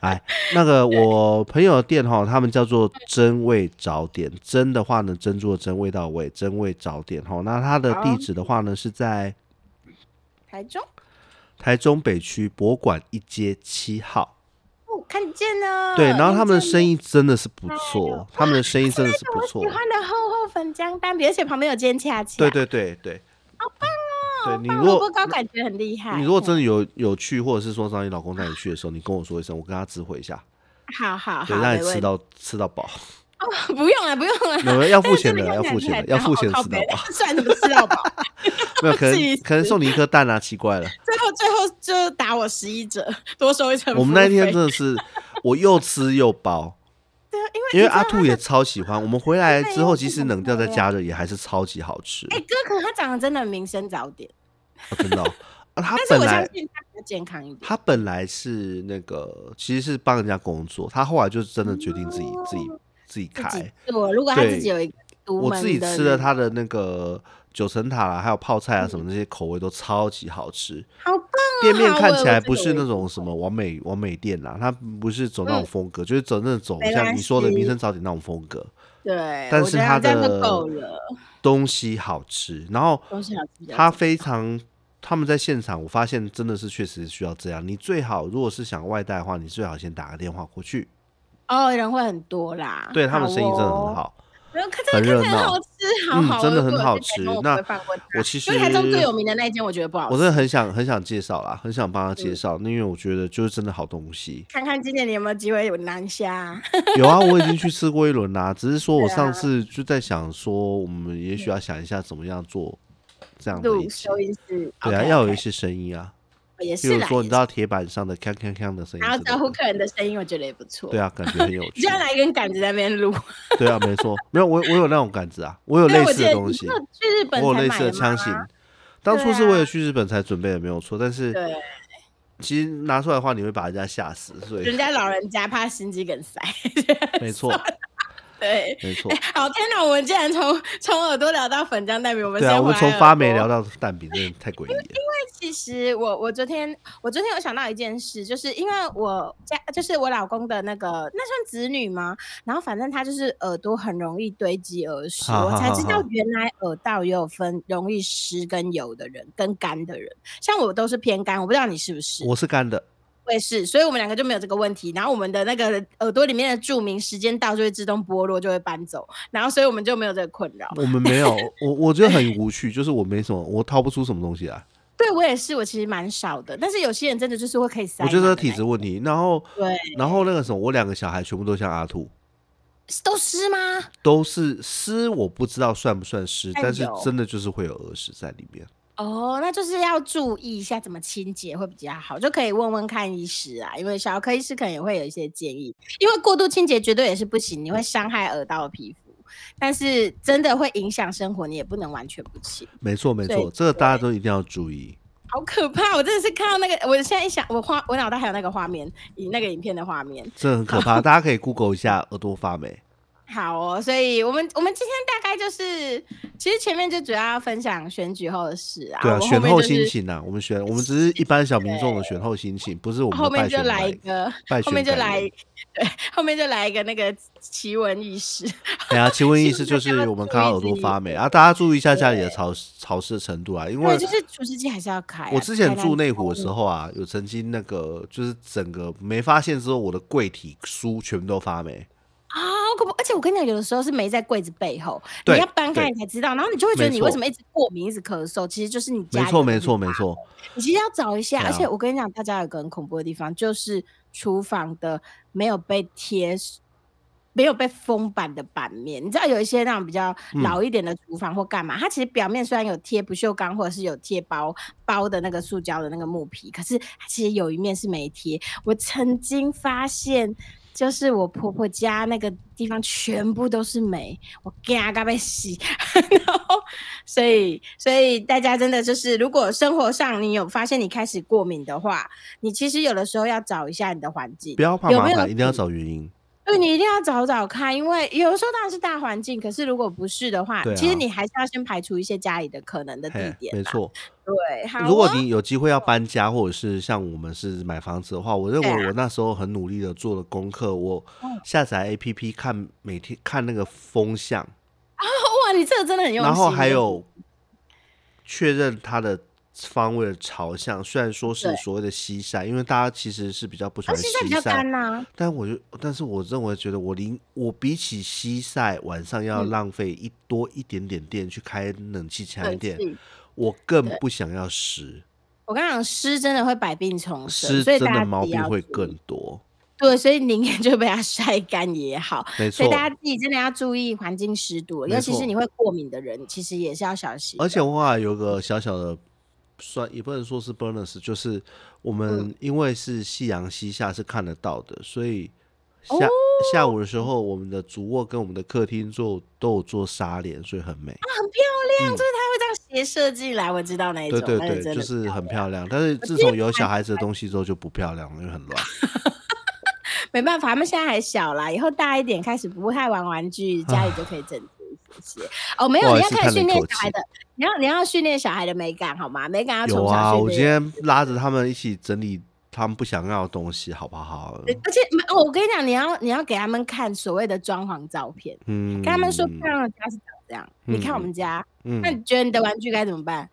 A: 哎，那 个我朋友的店哈，他们叫做真味早点。真的话呢，珍珠的真味道的味，真味早点哈。那它的地
B: 哦
A: 址的话呢，是在
B: 台中，
A: 台中北区博物馆一街七号。
B: 哦，看见了。
A: 对，然后他们的生
B: 意
A: 意真的是不
B: 哎呦
A: 错，他们的生意真的是不
B: 我
A: 错
B: 喜。欢的厚厚粉浆蛋饼，而且旁边有煎恰恰。
A: 对对对对，好棒哦！对你
B: 棒
A: 如
B: 萝卜
A: 果
B: 糕感觉很厉害。
A: 你如果真
B: 嗯
A: 的有有去，或者是说让你老公带你去的时候，你跟我说一声，我跟他知会 一下，
B: 嗯好好
A: 对，
B: 好，
A: 让
B: 没
A: 你吃
B: 问
A: 到吃到饱。
B: 题 不用了，不用了。
A: 没有要
B: 但
A: 付
B: 是哎真
A: 钱的，要
B: 看起
A: 付
B: 来
A: 钱的，
B: 很
A: 要
B: 好
A: 付钱
B: 靠
A: 吃到
B: 北
A: 饱。
B: 算什么吃到 饱？
A: 没有可
B: 自己
A: 能可能
B: 吃
A: 送你一颗蛋啊，奇 怪了。
B: 最后最后就打我十一折，多收一层服务费。
A: 我们那天真的是我又吃又 包，
B: 对，因为
A: 因为
B: 你知
A: 阿
B: 道
A: 兔也超喜欢。我们回来之后，
B: 又
A: 即
B: 是
A: 使
B: 很
A: 冷掉再
B: 美
A: 加热，也还是超级好吃。
B: 哎、哥，可是他长得真的名声早点，
A: 哦真的哦，啊，他
B: 但是
A: 本
B: 我相
A: 来
B: 信他比较健康一点。
A: 他本来是那个，其实是帮人家工作，他后来就真的决定自己自己自己
B: 自己
A: 开。
B: 做，如果他自
A: 对
B: 己有一个独
A: 我
B: 门
A: 自己
B: 的
A: 吃了
B: 那
A: 他的那个九层塔啦，还有泡菜啊什么那些口味都超级好吃。
B: 好棒嗯啊！
A: 店面
B: 好
A: 看
B: 我
A: 起
B: 我
A: 来
B: 这
A: 不
B: 个
A: 是
B: 我
A: 那种什么完美完美店啦，它不是走那种
B: 嗯
A: 风格，就是走那种
B: 没
A: 像
B: 关
A: 你说的
B: 系
A: 民生早点那种风格。
B: 对，
A: 但
B: 我
A: 是
B: 觉得
A: 它
B: 这样
A: 的
B: 就够了，
A: 东西好吃，然后
B: 都是好吃的。
A: 它非常，他们在现场我发现真的是确实需要这样。你最好如果是想外带的话，你最好先打个电话过去，
B: 哦，人会很多啦，
A: 对他们生意真的很
B: 啊哦。
A: 好。
B: 然后看这
A: 很热
B: 个看起来很
A: 闹
B: 好吃，好
A: 嗯
B: 好，
A: 真的
B: 我
A: 很
B: 如果
A: 好
B: 是台
A: 吃
B: 中我不
A: 那
B: 会放过它
A: 我其
B: 因为台中最
A: 实
B: 有名的那一间，我觉得不好吃。。
A: 我真的很想很想介绍啦，很想帮他介绍，因为我觉得就是真的好东西
B: 看看今年你有没有机会有南虾？
A: 有啊，我已经去吃过一轮啦，只是说我
B: 对啊嗯
A: 上次就在想说，我们也许要想一下怎么样做这样的一
B: 录
A: 集。
B: 收音室，
A: 对啊，
B: OK，
A: 要有
B: OK
A: 一些声音啊，
B: 也
A: 比
B: 是
A: 如
B: 啦，
A: 说
B: 也
A: 你
B: 是
A: 知道铁板上的锵锵锵的声音之
B: 然后
A: 类的，
B: 招呼客人的声音，我觉得也不错。
A: 对啊，感觉很 有趣
B: 就。要拿一根杆子在那边录，
A: 对啊，没错，没有我我有那种感知啊，我有
B: 因为
A: 类
B: 我
A: 似
B: 记
A: 的
B: 得
A: 东
B: 你
A: 西，
B: 有去日本
A: 我有
B: 才
A: 类
B: 买
A: 似的
B: 吗
A: 枪型。当初
B: 对
A: 是为了
B: 啊
A: 去日本才准备的，没有错。但是
B: 对，
A: 其实拿出来的话，你会把人家吓死，所以
B: 人家老人家怕心肌梗塞。
A: 没错，
B: 对，
A: 没错
B: 哎。，好天哪！我们竟然从从耳朵聊到粉浆蛋饼，我们
A: 对啊，
B: 先
A: 我们
B: 回来
A: 从
B: 耳
A: 发霉
B: 朵
A: 聊到蛋饼，真的太诡异 了。
B: 其实我我昨天我昨天有想到一件事，就是因为我家就是我老公的那个那算子女吗？然后反正他就是耳朵很容易堆积耳屎，
A: 好
B: 我
A: 好
B: 才
A: 好
B: 知
A: 好
B: 道原来耳道也有分容易湿跟油的人跟干的人，像我都是偏干，我不知道你是不是，
A: 我是干的，
B: 我也是，所以我们两个就没有这个问题。然后我们的那个耳朵里面的注明时间到就会自动剥落，就会搬走，然后所以我们就没有这个困扰。
A: 我们没有，我我觉得很无趣，就是我没什么，我掏不出什么东西来，
B: 对我也是，我其实蛮少的，但是有些人真的就是会可以
A: 我
B: 塞满
A: 觉
B: 的那一种。
A: 得体质问题。然后，
B: 对。
A: 然后那个什么，我两个小孩全部都像阿兔，
B: 都湿吗？
A: 都是湿，我不知道算不算湿，
B: 但
A: 但是
B: 哎有
A: 真的就是会有耳屎在里面。
B: 哦，那就是要注意一下怎么清洁会比较好，就可以问问看医师啊，因为小儿科医师可能也会有一些建议，因为过度清洁绝对也是不行，你会伤害耳道的皮肤，但是真的会影响生活，你也不能完全不清。
A: 没错，没
B: 对
A: 错，这个大家都一定要注意。
B: 好可怕！我真的是看到那个，我现在一想，我画我脑袋还有那个画面，以那个影片的画面。
A: 这很可怕，大家可以 Google 一下耳朵发霉。
B: 好哦，所以我们我们今天大概就是，其实前面就主要分享选举后的 事啊，
A: 对啊，
B: 我后
A: 选
B: 面
A: 后
B: 就是
A: 心情啊，我们选，我们只是一般小民众的选后心情，不是我们的
B: 后面
A: 败
B: 就
A: 选
B: 来
A: 感
B: 一
A: 言
B: 个
A: 败，
B: 后
A: 选
B: 面就
A: 感
B: 来，
A: 言
B: 对，后面就来一个那个奇闻异事。
A: 对啊，奇闻异 事
B: 请大
A: 就
B: 家
A: 是
B: 注
A: 我们
B: 意
A: 看到
B: 自
A: 耳朵
B: 己
A: 发霉啊，大家注意一下家里的潮湿潮湿程度啊，因为
B: 对，就是嗯除湿机还是要开啊、
A: 我之前
B: 开
A: 住
B: 冷
A: 内
B: 气
A: 湖的时候啊，有曾经那个就是整个没发现之后，我的柜体书全部都发霉，
B: 啊，好恐怖！而且我跟你讲，有的时候是没在柜子背后，你
A: 对
B: 要搬开
A: 对
B: 你才知道，然后你就会觉得
A: 没
B: 你为
A: 错
B: 什么一直过敏、一直咳嗽，其实就是你家
A: 没
B: 里
A: 错
B: 有
A: 没
B: 东西
A: 错没错，
B: 你其实要找一下，
A: 对啊
B: 而且我跟你讲，大家有个很恐怖的地方，就是厨房的没有被贴。没有被封板的版面，你知道有一些那种比较
A: 嗯
B: 老一点的厨房或干嘛，它其实表面虽然有贴不锈钢或者是有贴包包的那个塑胶的那个木皮，可是它其实有一面是没贴。我曾经发现，就是我婆婆家那个地方全部都是霉，我嘎嘎被洗， 然后所以，所以大家真的就是，如果生活上你有发现你开始过敏的话，你其实有的时候要找一下你的环境
A: 不，要怕
B: 有
A: 麻
B: 没有
A: 烦，一定要
B: 底
A: 找原因。
B: 对你一定要找找看，因为有的时候当然是大环境，可是如果不是的话，
A: 对啊
B: 其实你还是要先排除一些家里的可能的地
A: 嘿，
B: 点。
A: 没错。
B: 对，好、哦，
A: 如果你有机会要搬家，或者是像我们是买房子的话，我认
B: 对啊
A: 为我那时候很努力的做了功课，我
B: 嗯
A: 下载 APP 看每天看那个风向，
B: 哇，你这个真的很用心。
A: 然后还有确认它的方位的朝向。虽然说是
B: 对
A: 所谓的西晒，因为大家其实是比较不喜
B: 啊，
A: 欢
B: 现在比较
A: 西
B: 干
A: 晒，
B: 呐、
A: 但我就但是我认为觉得我离我比起西晒晚上要
B: 嗯
A: 浪费一多一点点电去开冷气强一
B: 冷
A: 点，
B: 气
A: 我更不想要湿。
B: 我跟你讲，湿真的会百病丛生，
A: 湿
B: 所以
A: 真
B: 大家
A: 的
B: 自
A: 毛
B: 己
A: 病
B: 要
A: 会
B: 注意
A: 更多，
B: 对，所以宁愿就被它 晒干也好。
A: 没
B: 所
A: 错
B: 以。大家自己真的要注意环境湿度，
A: 没
B: 尤其是
A: 错
B: 你会过敏的人，其实也是要小心的。
A: 而且我还有个小小的算，也不能说是 bonus，就是我
B: 嗯
A: 们因为是夕阳西下是看得到的，所以下、
B: 哦
A: 下午的时候，我们的主卧跟我们的客厅做都有做纱帘，所以很美。
B: 啊很漂亮，
A: 嗯
B: 就是它会这样斜射进来，我知道那一种，
A: 对对
B: 那个
A: 对，
B: 真
A: 就
B: 的
A: 是
B: 漂
A: 很
B: 亮
A: 漂亮。但是自从有小孩子的东西之后就不漂亮了，因为很乱。
B: 没办法，他们现在还小啦，以后大一点开始不太玩玩具，家里就可以整洁一些。些。哦，没
A: 不
B: 有，
A: 好意
B: 你要
A: 思
B: 看
A: 叹了一
B: 训练
A: 口
B: 小孩的，你要你要训练小孩的美感好吗？美感要
A: 有
B: 从
A: 啊，
B: 小
A: 我
B: 训
A: 今
B: 练。
A: 天拉着他们一起整理他们不想要的东西，好不好？
B: 而且，哦我跟你讲，你要你要给他们看所谓的装潢照片，
A: 嗯，
B: 跟他们说漂亮的家是长这样。你看我们家，
A: 嗯
B: 那，你觉得你的玩具该怎么办？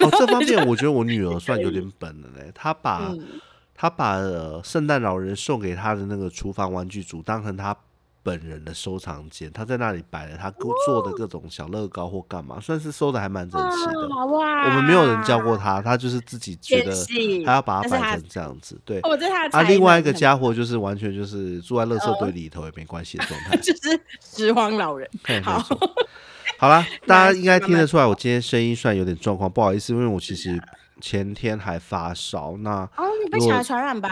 A: 哦，这方 面我觉得我女儿算有点本了嘞，她把
B: 嗯，
A: 她把呃圣诞老人送给她的那个厨房玩具组当成她本人的收藏间，她在那里摆了她
B: 哦
A: 各做的各种小乐高或干嘛，算是收的还蛮整齐的。
B: 哇哦哇，
A: 我们没有人教过她，她就是自己觉
B: 练
A: 得
B: 习
A: 她要把它
B: 但是她
A: 摆成这样子，对。
B: 哦，我这是他的才
A: 啊，
B: 能。
A: 另外一个
B: 很。
A: 家伙就是完全就是住在垃圾堆里头也没关系的状态
B: 就是拾荒老人。
A: 嘿嗯
B: 好，
A: 没错好 啦，大家应该
B: 慢慢
A: 听得出来，我今天声音算有点状况，不好意思，因为我其实前天还发烧，那
B: 哦，你被
A: 如果
B: 小孩传染吧？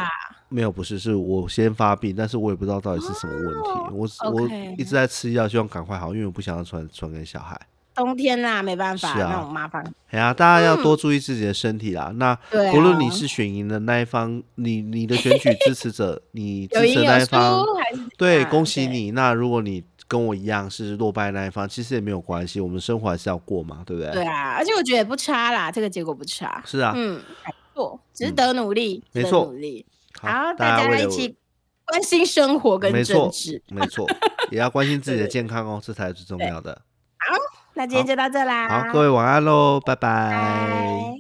A: 没有不是，是我先发病，但是我也不知道到底是什么问题，
B: 哦
A: 我
B: OK
A: 我一直在吃药，希望赶快好，因为我不想要传传给小孩。
B: 冬天啦，没办法，
A: 是啊
B: 那种麻烦。
A: 哎呀，大家要多注意自己的身体啦。那
B: 嗯对啊
A: 不论你是选赢的那一方，你你的选举支持者，你支
B: 有
A: 持的
B: 赢有
A: 那一方，
B: 输哎还是怎
A: 对，
B: 样
A: 恭喜。你。那如果你跟我一样是落败那一方，其实也没有关系，我们生活还是要过嘛，对不对？
B: 对对啊，而且我觉得也不差啦，这个结果不差。
A: 是啊，嗯
B: 嗯，还不错，值得努力，
A: 没
B: 值得
A: 错
B: 努力。
A: 好，
B: 好，大
A: 为
B: 家
A: 了
B: 一起关心生活跟
A: 没
B: 政
A: 错
B: 治。，
A: 没错，也要关心自己的
B: 对对
A: 健康哦，这才是最重要的。
B: 那今天就到这啦，
A: 好，各位晚安喽，拜
B: 拜。